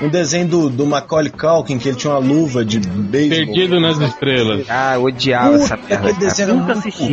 [SPEAKER 3] Um desenho do, do Macaulay Culkin, que ele tinha uma luva de beisebol.
[SPEAKER 2] Perdido nas estrelas.
[SPEAKER 4] Ah, eu odiava essa
[SPEAKER 3] Puta,
[SPEAKER 4] perna.
[SPEAKER 3] aquele
[SPEAKER 4] Cara.
[SPEAKER 3] desenho era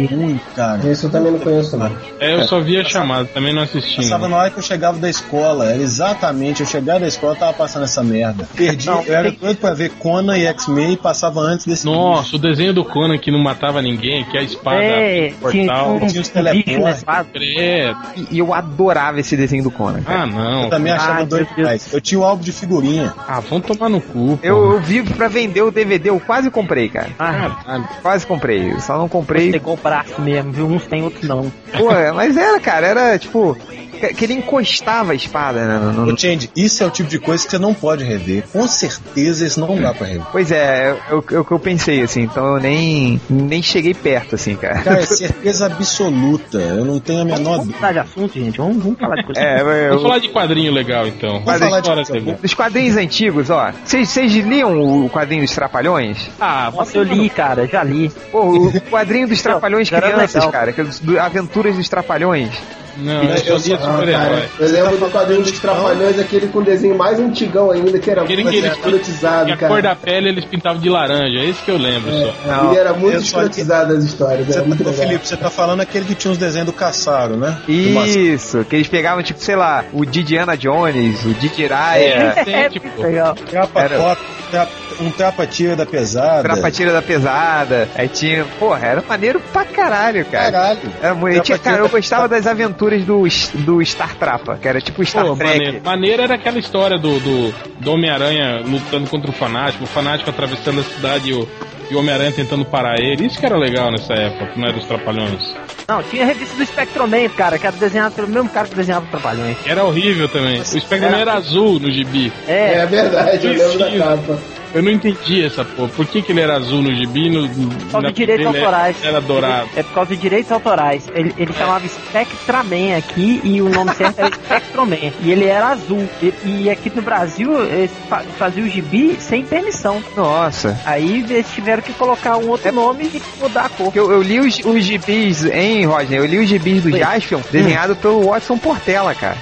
[SPEAKER 3] muito ruim, cara.
[SPEAKER 6] Esse eu também não conheço, não.
[SPEAKER 2] É, eu só via chamada, também não assisti.
[SPEAKER 3] Passava na hora que eu chegava da escola, era exatamente, eu chegava da escola, eu tava passando essa merda. Perdi,
[SPEAKER 1] Não,
[SPEAKER 3] eu era
[SPEAKER 1] tem-
[SPEAKER 3] doido pra ver Conan e X-Men e passava antes desse
[SPEAKER 2] Nossa, o desenho do Conan que não matava ninguém, que a espada
[SPEAKER 1] É,
[SPEAKER 2] abre o
[SPEAKER 1] tinha
[SPEAKER 2] portal.
[SPEAKER 1] um
[SPEAKER 3] tinha os
[SPEAKER 1] bicho na
[SPEAKER 3] teleportes.
[SPEAKER 1] espada.
[SPEAKER 2] É,
[SPEAKER 4] E eu adorava esse desenho do Conan. cara.
[SPEAKER 2] ah não.
[SPEAKER 3] Eu também achava
[SPEAKER 1] Ai, meu
[SPEAKER 3] doido
[SPEAKER 1] Deus.
[SPEAKER 3] demais. Eu tinha um álbum de figurinha.
[SPEAKER 2] Ah, vão tomar no cu. pô.
[SPEAKER 4] Eu, eu vivo pra vender o DVD, eu quase comprei, cara.
[SPEAKER 1] Ah,
[SPEAKER 4] Quase comprei. Eu só não comprei.
[SPEAKER 1] pegou o braço mesmo, viu? Uns tem, outros não.
[SPEAKER 4] Pô, é, mas era, cara, era tipo. Que que ele encostava a espada, né?
[SPEAKER 2] Uhum.
[SPEAKER 4] no-
[SPEAKER 3] Ô,
[SPEAKER 4] no-
[SPEAKER 3] Change, isso é o tipo de coisa que você não pode rever. Com certeza isso não dá pra rever.
[SPEAKER 4] Pois é, é o que eu, eu pensei, assim, então eu nem, nem cheguei perto, assim,
[SPEAKER 1] *laughs*
[SPEAKER 4] cara.
[SPEAKER 3] Cara, é certeza absoluta. Eu não tenho a menor
[SPEAKER 1] Vamos
[SPEAKER 3] dúvida.
[SPEAKER 1] mudar de assunto, gente. Vamos, vamos falar de coisa.
[SPEAKER 4] *laughs* É, eu,
[SPEAKER 2] Vamos falar de quadrinho legal então.
[SPEAKER 3] Vamos falar de
[SPEAKER 2] Histórias
[SPEAKER 3] quadrinho.
[SPEAKER 2] legais.
[SPEAKER 4] Dos quadrinhos antigos, ó. Vocês vocês liam o quadrinho dos Trapalhões?
[SPEAKER 2] Ah,
[SPEAKER 1] Nossa, eu li, cara, já li.
[SPEAKER 4] Pô, o quadrinho dos
[SPEAKER 1] *laughs*
[SPEAKER 4] Trapalhões
[SPEAKER 1] Não, era
[SPEAKER 4] Crianças,
[SPEAKER 1] legal.
[SPEAKER 4] cara. que é dos- do- Aventuras dos Trapalhões.
[SPEAKER 2] Não, eu, Ah,
[SPEAKER 3] Eu
[SPEAKER 2] li
[SPEAKER 3] sou-
[SPEAKER 2] super-herói.
[SPEAKER 6] Eu lembro do quadrinho dos Trapalhões, aquele com desenho mais antigão ainda, que era
[SPEAKER 2] Aquele
[SPEAKER 6] muito
[SPEAKER 2] que eles-
[SPEAKER 6] escrotizado,
[SPEAKER 2] E a cor
[SPEAKER 6] cara.
[SPEAKER 2] da pele eles pintavam de laranja, é isso que eu lembro só.
[SPEAKER 4] Não.
[SPEAKER 6] Ele era muito
[SPEAKER 3] eu só-
[SPEAKER 6] escrotizado as histórias,
[SPEAKER 3] Você
[SPEAKER 6] era
[SPEAKER 3] tá-
[SPEAKER 6] muito
[SPEAKER 3] Ô,
[SPEAKER 6] legal.
[SPEAKER 3] Felipe, você tá falando aquele que tinha uns desenhos do Caçaro, né? Do Mascate.
[SPEAKER 4] Isso, que eles pegavam, tipo, sei lá, o Didiana Jones, o
[SPEAKER 1] É.
[SPEAKER 4] Didiraia,
[SPEAKER 2] Tem, tipo,
[SPEAKER 1] Legal.
[SPEAKER 3] Trapa
[SPEAKER 4] Era.
[SPEAKER 3] Copa, trapa- um trapa tira da pesada.
[SPEAKER 4] Trapatira da Pesada. Aí tinha. Porra, era maneiro pra caralho, cara.
[SPEAKER 3] Caralho.
[SPEAKER 4] Era muito. Tinha, cara, eu gostava das aventuras do, do Star Trapa, que era tipo Star
[SPEAKER 2] Pô,
[SPEAKER 4] Trek.
[SPEAKER 2] maneiro. Maneiro era aquela história do, do, do Homem-Aranha lutando contra o Fanático, o Fanático atravessando a cidade e o, e o Homem-Aranha tentando parar ele. Isso que era legal nessa época, não era os Trapalhões.
[SPEAKER 1] Não, tinha a revista do Spectroman, cara, que era desenhado pelo mesmo cara que desenhava o Trapalhões.
[SPEAKER 2] Era horrível também. O Spider-Man era azul no gibi.
[SPEAKER 1] É,
[SPEAKER 6] É verdade, eu lembro da
[SPEAKER 2] Isso.
[SPEAKER 6] capa.
[SPEAKER 2] Eu não entendi essa porra. Por que, que ele era azul no gibi? No,
[SPEAKER 1] por
[SPEAKER 2] na
[SPEAKER 1] causa de direitos
[SPEAKER 2] TV ele
[SPEAKER 1] autorais.
[SPEAKER 2] Era dourado.
[SPEAKER 1] É por causa de direitos autorais. Ele, ele chamava Spectraman aqui e o nome certo era Spectroman. E ele era azul. E, e aqui no Brasil eles fa- faziam o gibi sem permissão.
[SPEAKER 4] Nossa.
[SPEAKER 1] Aí eles tiveram que colocar um outro nome e mudar a cor.
[SPEAKER 4] Porque eu, eu li os, os gibis, hein, Rodney? Eu li os gibis do
[SPEAKER 1] Oi.
[SPEAKER 4] Jaspion, desenhado pelo Watson Portela, cara.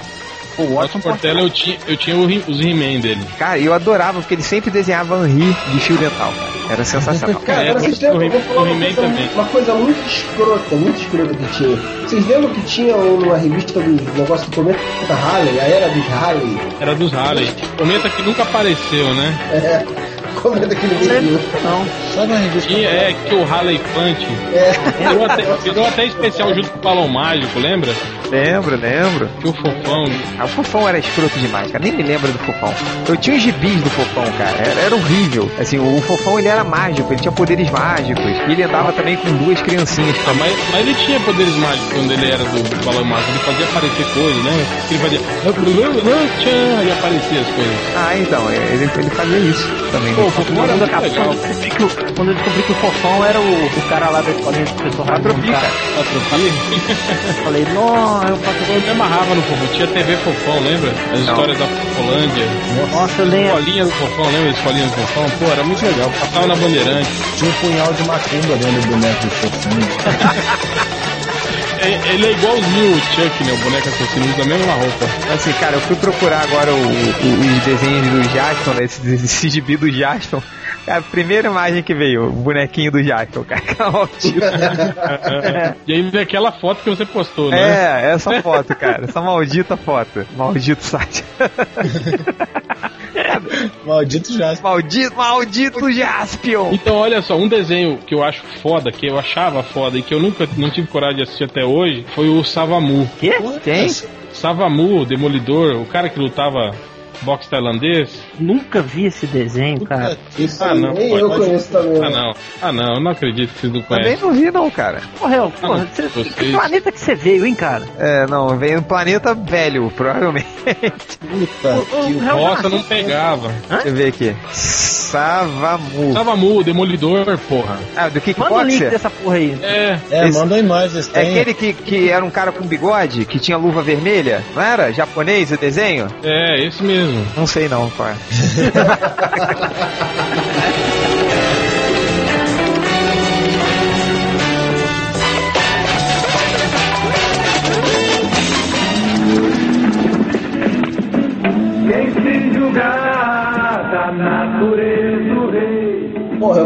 [SPEAKER 2] O Watson Portela, eu tinha, eu tinha o He- os He-Man dele.
[SPEAKER 4] Cara, eu adorava, porque ele sempre desenhava Henry de fio dental, cara.
[SPEAKER 2] *laughs*
[SPEAKER 4] Era sensacional.
[SPEAKER 6] Cara,
[SPEAKER 2] É,
[SPEAKER 6] agora vocês lembram, eu vou falar
[SPEAKER 2] o
[SPEAKER 6] uma
[SPEAKER 2] He-Man
[SPEAKER 6] coisa,
[SPEAKER 2] também.
[SPEAKER 6] uma coisa muito escrota, muito escrota que tinha. Vocês lembram que tinha uma revista do negócio do cometa Halley, a era dos Halley?
[SPEAKER 2] Era dos Harley. Comenta que nunca apareceu, né?
[SPEAKER 6] É, *laughs* comenta aquele vídeo.
[SPEAKER 1] Não,
[SPEAKER 3] Sabe uma revista?
[SPEAKER 2] E é que o Harley Plant virou até, virou até especial junto com o Balão Mágico, lembra?
[SPEAKER 4] Lembro, lembro.
[SPEAKER 2] Que o Fofão.
[SPEAKER 4] Ah, o Fofão era escroto demais, cara. Nem me lembro do Fofão. Eu tinha os gibis do Fofão, cara. Era, era horrível. Assim, o Fofão, ele era mágico. Ele tinha poderes mágicos. E ele andava também com duas criancinhas.
[SPEAKER 2] Ah, mas, mas ele tinha poderes mágicos quando ele era do, do Balão Mágico. Ele fazia aparecer coisas, né? Ele fazia. "Tchan", E aparecia as coisas.
[SPEAKER 4] Ah, então. Ele, ele fazia isso também.
[SPEAKER 2] Pô, o
[SPEAKER 4] Né?
[SPEAKER 2] Fofão era
[SPEAKER 1] quando, eu
[SPEAKER 2] muito
[SPEAKER 1] descobri
[SPEAKER 2] legal.
[SPEAKER 1] que o- quando eu descobri que o Fofão era o, o cara lá da escolinha do professor
[SPEAKER 4] Atropi,
[SPEAKER 1] Raimundo, cara,
[SPEAKER 4] cara.
[SPEAKER 2] Atropia.
[SPEAKER 1] eu falei, nossa, eu faço
[SPEAKER 2] Eu me amarrava no Fofão. Tinha TV Fofão, lembra? As
[SPEAKER 4] Não.
[SPEAKER 2] histórias da Fofolândia.
[SPEAKER 1] Nossa, eu lembro.
[SPEAKER 2] Escolinha do Fofão, lembra? Escolinha do Fofão. Pô, era muito legal. Passava na Bandeirante.
[SPEAKER 3] Tinha um punhal de macumba dentro do boneco do fofinho.
[SPEAKER 2] *laughs* É- Ele é igualzinho o Chuck, né? O boneco assassino usa a mesma roupa.
[SPEAKER 4] Assim, cara, eu fui procurar agora o- o- os desenhos do Jackson, né? Esse, esse gibi do Jackson. Cara, a primeira imagem que veio, o bonequinho do Jackson, cara. *laughs* Ó, tio.
[SPEAKER 2] E ainda aquela foto que você postou, né?
[SPEAKER 4] É, essa foto, cara. Essa maldita foto. Maldito site. *laughs*
[SPEAKER 3] Maldito já.
[SPEAKER 4] Maldito, maldito Jaspion!
[SPEAKER 2] Então, olha só, um desenho que eu acho foda, que eu achava foda e que eu nunca não tive coragem de assistir até hoje, foi o Savamu.
[SPEAKER 1] Quê?
[SPEAKER 4] Tem?
[SPEAKER 2] Savamu, o Demolidor, o cara que lutava boxe tailandês.
[SPEAKER 1] Nunca vi esse desenho, cara.
[SPEAKER 3] Isso
[SPEAKER 2] Ah, não,
[SPEAKER 6] Nem
[SPEAKER 2] pode-
[SPEAKER 6] eu
[SPEAKER 2] pode-
[SPEAKER 6] conheço É também.
[SPEAKER 2] Ah, não. Ah, não, eu não acredito que vocês não
[SPEAKER 4] Também
[SPEAKER 2] conhecem.
[SPEAKER 4] não vi, não, cara.
[SPEAKER 1] Porra, eu- porra,
[SPEAKER 2] Ah, não,
[SPEAKER 1] você-
[SPEAKER 2] vocês-
[SPEAKER 1] que planeta que você veio, hein, cara?
[SPEAKER 4] É, não, vem no planeta velho, provavelmente.
[SPEAKER 3] Puta que o-
[SPEAKER 2] Nossa, não pegava.
[SPEAKER 4] Deixa eu ver aqui. Savamu.
[SPEAKER 2] Savamu, o Demolidor, porra.
[SPEAKER 4] Ah,
[SPEAKER 1] Manda o
[SPEAKER 4] do
[SPEAKER 1] link
[SPEAKER 4] Kickboxer?
[SPEAKER 1] dessa porra aí.
[SPEAKER 2] É,
[SPEAKER 3] É,
[SPEAKER 4] Esse-
[SPEAKER 3] manda a imagem desse
[SPEAKER 4] É
[SPEAKER 3] trem.
[SPEAKER 4] aquele que, que era um cara com bigode, que tinha luva vermelha, não era? Japonês o desenho?
[SPEAKER 2] é, esse mesmo.
[SPEAKER 4] Não sei não, cara.
[SPEAKER 9] Quem se julgar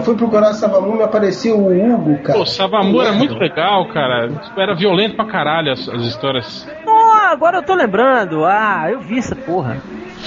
[SPEAKER 6] fui procurar Savamu, me apareceu o Hugo, cara.
[SPEAKER 2] Pô, Savamu era muito legal, cara. Era violento pra caralho as, as histórias.
[SPEAKER 1] Ah, agora eu tô lembrando. Ah, eu vi essa porra.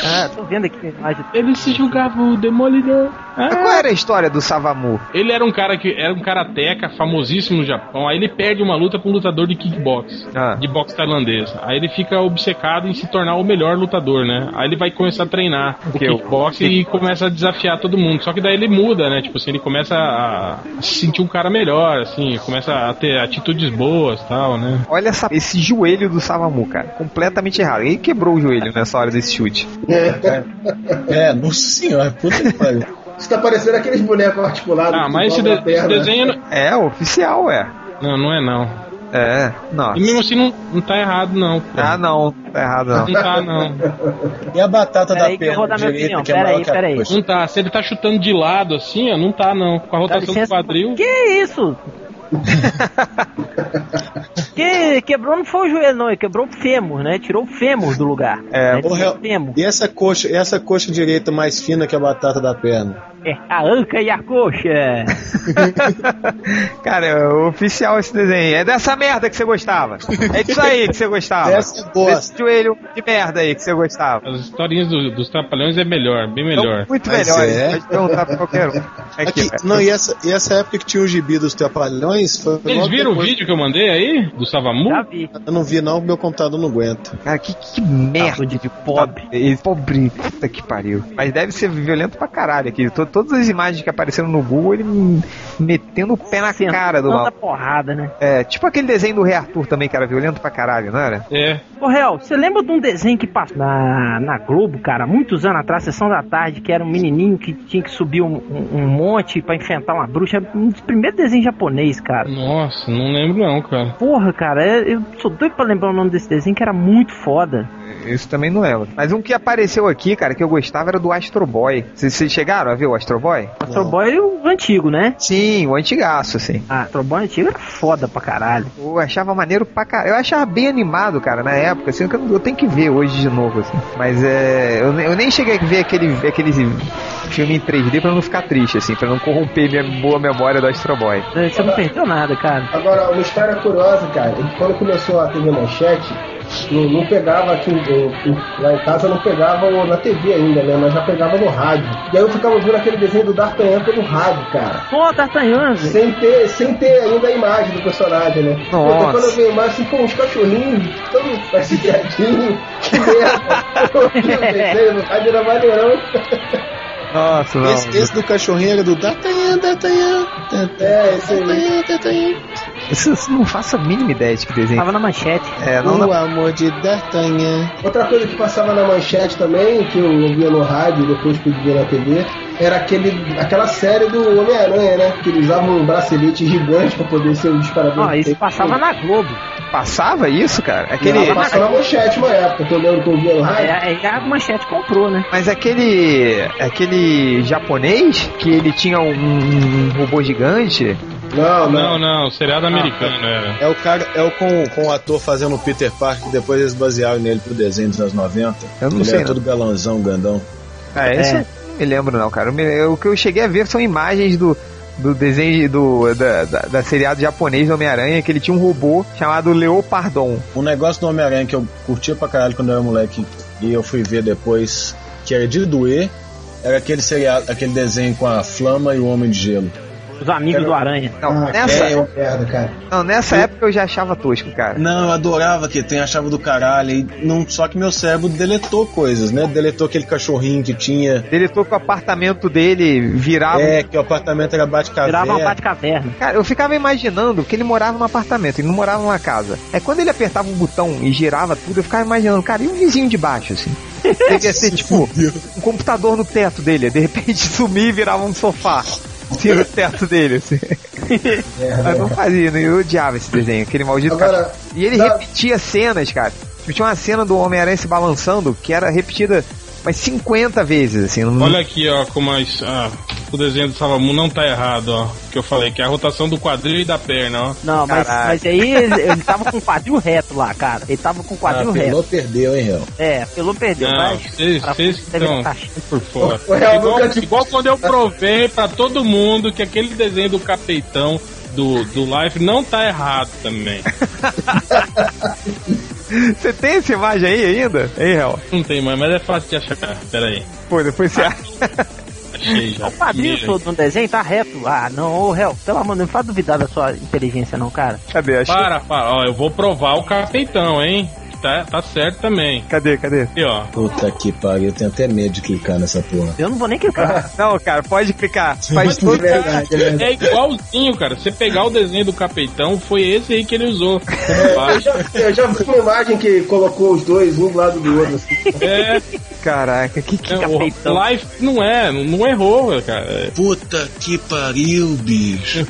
[SPEAKER 1] Ah, tô vendo aqui a imagem.
[SPEAKER 2] Ele se julgava o demolidor.
[SPEAKER 4] Mas É, Qual era a história do Savamu?
[SPEAKER 2] Ele era um cara que era um karateca famosíssimo no Japão. Aí ele perde uma luta pra um lutador de kickbox,
[SPEAKER 4] Ah.
[SPEAKER 2] de boxe tailandês. Aí ele fica obcecado em se tornar o melhor lutador, né? Aí ele vai começar a treinar o
[SPEAKER 4] Que o-
[SPEAKER 2] kickbox e começa a desafiar todo mundo. Só que daí ele muda, né? Tipo assim, ele começa a se sentir um cara melhor, assim, começa a ter atitudes boas, tal, né?
[SPEAKER 4] Olha essa- esse joelho do Savamu, cara. Completamente errado. Ele quebrou o joelho nessa hora desse chute.
[SPEAKER 3] É, nossa senhora, puta que pariu.
[SPEAKER 6] Isso tá parecendo aqueles bonecos articulados.
[SPEAKER 2] Ah,
[SPEAKER 6] que
[SPEAKER 2] mas esse,
[SPEAKER 6] bolam
[SPEAKER 2] de-
[SPEAKER 6] na perna.
[SPEAKER 2] esse desenho não-
[SPEAKER 4] É, oficial, é.
[SPEAKER 2] não, não é não.
[SPEAKER 4] É, não.
[SPEAKER 2] E mesmo assim não, não tá errado não. pô.
[SPEAKER 4] Ah, não. Tá errado, não. *laughs*
[SPEAKER 2] Não tá não.
[SPEAKER 3] E a batata
[SPEAKER 1] Pera
[SPEAKER 3] da
[SPEAKER 1] aí que eu vou
[SPEAKER 3] perna
[SPEAKER 1] dar minha
[SPEAKER 3] direita,
[SPEAKER 1] opinião,
[SPEAKER 3] que é
[SPEAKER 1] pera
[SPEAKER 3] maior
[SPEAKER 1] aí,
[SPEAKER 3] que a
[SPEAKER 1] pera aí.
[SPEAKER 3] coxa?
[SPEAKER 2] Não tá. Se ele tá chutando de lado assim, ó, não tá não. Com a
[SPEAKER 1] Dá
[SPEAKER 2] rotação do
[SPEAKER 1] licença.
[SPEAKER 2] quadril.
[SPEAKER 1] Que isso? que quebrou não foi o joelho, não. Ele quebrou o fêmur, né? Tirou o fêmur do lugar. né?
[SPEAKER 4] É,
[SPEAKER 1] Tirou
[SPEAKER 3] Porra,
[SPEAKER 1] o fêmur.
[SPEAKER 3] e essa coxa, e essa coxa direita mais fina que a batata da perna?
[SPEAKER 1] É, a anca e a coxa. É,
[SPEAKER 4] Cara, é oficial esse desenho. É dessa merda que você gostava. É disso aí que você gostava.
[SPEAKER 3] Dessa bosta.
[SPEAKER 4] Desse joelho de merda aí que você gostava.
[SPEAKER 2] As historinhas do- dos trapalhões é melhor, bem melhor.
[SPEAKER 4] Então, muito
[SPEAKER 3] Mas
[SPEAKER 4] melhor.
[SPEAKER 3] é.
[SPEAKER 4] Pode perguntar pra qualquer um. Aqui,
[SPEAKER 3] Aqui, não, e essa, e essa época que tinha o gibi dos trapalhões foi
[SPEAKER 2] Vocês
[SPEAKER 3] logo
[SPEAKER 2] viram o
[SPEAKER 3] depois-
[SPEAKER 2] vídeo que eu mandei aí? Do Savamu?
[SPEAKER 1] Já vi.
[SPEAKER 3] Eu não vi não, meu computador não aguenta.
[SPEAKER 4] Cara, que, que merda de pobre. Esse Pobre. Puta que pariu. Mas deve ser violento pra caralho aqui. To- Todas as imagens que apareceram no Google, ele m- metendo o pé na cara do
[SPEAKER 1] Tanta
[SPEAKER 4] maluco.
[SPEAKER 1] Tá porrada, né?
[SPEAKER 4] É, tipo aquele desenho do Rei Arthur também, cara, violento pra caralho, não era?
[SPEAKER 2] É.
[SPEAKER 1] Ô, Réu, você lembra de um desenho que passou na, na Globo, cara, muitos anos atrás, Sessão da Tarde, que era um menininho que tinha que subir um, um- um monte pra enfrentar uma bruxa? Um dos primeiros desenhos japonês, cara.
[SPEAKER 2] Nossa, não lembro não, cara.
[SPEAKER 1] Porra, cara, é- eu sou doido pra lembrar o nome desse desenho que era muito foda.
[SPEAKER 4] Isso também não lembro. Mas um que apareceu aqui, cara, que eu gostava era do Astro Boy. Vocês vocês chegaram a ver o Astro Boy?
[SPEAKER 1] Astro Boy é o antigo, né?
[SPEAKER 4] Sim, o antigaço, assim.
[SPEAKER 1] Ah, Astro Boy antigo era foda pra caralho.
[SPEAKER 4] Eu achava maneiro pra caralho. Eu achava bem animado, cara, na época, assim, que eu, eu tenho que ver hoje de novo, assim. Mas é. Eu, ne- eu nem cheguei a ver aquele, aquele filme em 3D pra não ficar triste, assim, pra não corromper minha boa memória do Astro Boy.
[SPEAKER 1] Eh, Você não perdeu nada, cara.
[SPEAKER 6] Agora, uma história curiosa, cara, é que quando começou a TV Manchete, não, não pegava aqui em- em- lá em casa, não pegava o- na TV ainda, né? Mas já pegava no rádio. E aí eu ficava ouvindo aquele desenho do D'Artagnan pelo rádio, cara.
[SPEAKER 1] Pô, D'Artagnan, velho.
[SPEAKER 6] Sem ter, sem ter ainda a imagem do personagem, né?
[SPEAKER 4] Nossa.
[SPEAKER 6] Então, quando eu vi a imagem, assim, pô, uns cachorrinhos, todos passeadinhos, que merda. Eu no rádio era maneirão.
[SPEAKER 4] Nossa, não.
[SPEAKER 3] Esse, esse do cachorrinho era do D'Artagnan, D'Artagnan,
[SPEAKER 6] É, esse aí.
[SPEAKER 3] D'Artagnan, D'Artagnan.
[SPEAKER 4] Isso- isso não faço a mínima ideia de que desenho.
[SPEAKER 1] Tava na manchete.
[SPEAKER 4] É, não, não.
[SPEAKER 3] O amor de D'Artagnan.
[SPEAKER 6] Outra coisa que passava na manchete também, que eu ouvia no rádio e depois pude ver na TV, era aquele, aquela série do Homem-Aranha, né? Que ele usava um bracelete gigante pra poder ser um disparador.
[SPEAKER 1] Ó,
[SPEAKER 6] de
[SPEAKER 1] Ah, isso
[SPEAKER 6] tempo.
[SPEAKER 1] passava na Globo.
[SPEAKER 4] Passava isso, cara? Aquele.
[SPEAKER 6] Não, passava na manchete uma época, que eu lembro que eu ouvia no
[SPEAKER 1] Ah,
[SPEAKER 6] rádio.
[SPEAKER 1] é- é- a manchete comprou, né?
[SPEAKER 4] Mas aquele. aquele japonês que ele tinha um, um robô gigante.
[SPEAKER 6] Não, não.
[SPEAKER 2] Não, não, seriado americano era.
[SPEAKER 3] É o cara, é o com, com o ator fazendo o Peter Parker, que depois eles basearam nele pro desenho dos anos 90.
[SPEAKER 4] Eu não
[SPEAKER 3] Ele
[SPEAKER 4] sei, né?
[SPEAKER 3] era
[SPEAKER 4] não.
[SPEAKER 3] todo galãozão, grandão.
[SPEAKER 4] Ah, esse eu
[SPEAKER 6] É.
[SPEAKER 4] não me lembro não, cara. Eu me- eu- o que eu cheguei a ver são imagens do, do desenho do, da, da, da seriado japonês do Homem-Aranha, que ele tinha um robô chamado Leopardon.
[SPEAKER 3] Um negócio do Homem-Aranha que eu curtia pra caralho quando eu era moleque e eu fui ver depois, que era de doer, era aquele seriado, aquele desenho com a Flama e o Homem de Gelo.
[SPEAKER 1] Os amigos do Aranha.
[SPEAKER 4] Não,
[SPEAKER 6] Ah,
[SPEAKER 4] nessa,
[SPEAKER 6] É uma merda, cara.
[SPEAKER 4] não, nessa época eu já achava tosco, cara.
[SPEAKER 3] Não, eu adorava que tem, achava do caralho. E não, só que meu cérebro deletou coisas, né? Deletou aquele cachorrinho que tinha.
[SPEAKER 4] Ele tocou o apartamento dele, virava.
[SPEAKER 3] É, que o apartamento era
[SPEAKER 1] Virava um uma
[SPEAKER 3] bate-caverna.
[SPEAKER 1] bate-caverna.
[SPEAKER 4] Cara, eu ficava imaginando que ele morava num apartamento, ele não morava numa casa. Aí quando ele apertava um botão e girava tudo, eu ficava imaginando, cara, e um vizinho de baixo, assim? Ele ia ser tipo um computador no teto dele, de repente *laughs* sumir e virava um sofá. Assim, no teto dele, assim. Eu não fazia, né? eu odiava esse desenho, aquele maldito
[SPEAKER 6] Agora,
[SPEAKER 4] cachorro. E ele
[SPEAKER 6] dá-
[SPEAKER 4] repetia cenas, cara. Tipo, tinha uma cena do Homem-Aranha se balançando que era repetida umas 50 vezes, assim. Não...
[SPEAKER 2] Olha aqui, ó, como a, his- a o desenho do Savamu não tá errado, ó. Que eu falei, que é a rotação do quadril e da perna, ó.
[SPEAKER 1] Não, mas,
[SPEAKER 4] Caraca.
[SPEAKER 1] mas aí ele ele tava com o quadril reto lá, cara. Ele tava com o quadril
[SPEAKER 3] Ah,
[SPEAKER 1] reto.
[SPEAKER 3] Pelô perdeu, hein, Real?
[SPEAKER 1] É, pelo perdeu,
[SPEAKER 2] Não,
[SPEAKER 1] mas.
[SPEAKER 2] vocês
[SPEAKER 1] pra-
[SPEAKER 2] vocês
[SPEAKER 1] deve
[SPEAKER 2] estão
[SPEAKER 1] tá-
[SPEAKER 2] por fora.
[SPEAKER 6] O Real
[SPEAKER 2] igual,
[SPEAKER 6] nunca te-
[SPEAKER 2] igual quando eu provei pra todo mundo que aquele desenho do capitão do, do Life não tá errado também.
[SPEAKER 4] Você tem essa imagem aí ainda? Hein, Real?
[SPEAKER 2] Não tem mais, mas é fácil de achar. Pera aí,
[SPEAKER 4] Pô, depois você acha. *laughs*
[SPEAKER 2] achei já.
[SPEAKER 1] O quadril
[SPEAKER 2] Primeiro.
[SPEAKER 1] todo no desenho tá reto. Ah, não, ô réu, pelo amor de Deus, não faz duvidar da sua inteligência, não, cara.
[SPEAKER 4] Cadê? Achei.
[SPEAKER 2] Para, para. Ó, eu vou provar o capitão, hein? Tá, tá certo também.
[SPEAKER 4] Cadê, cadê?
[SPEAKER 2] Aqui, ó.
[SPEAKER 3] Puta que pariu, eu tenho até medo de clicar nessa porra.
[SPEAKER 1] Eu não vou nem
[SPEAKER 4] *laughs*
[SPEAKER 1] clicar.
[SPEAKER 4] Não, cara, pode clicar. Faz
[SPEAKER 3] Mas é
[SPEAKER 4] todo...
[SPEAKER 3] verdade, é verdade.
[SPEAKER 2] É igualzinho, cara. Você pegar o desenho do capitão, foi esse aí que ele usou.
[SPEAKER 6] Eu já, eu já vi uma imagem que colocou os dois um do lado do outro. Assim.
[SPEAKER 2] É,
[SPEAKER 4] Caraca, que que.
[SPEAKER 2] é, o Life não é, não, não errou, cara.
[SPEAKER 3] Puta que pariu, bicho.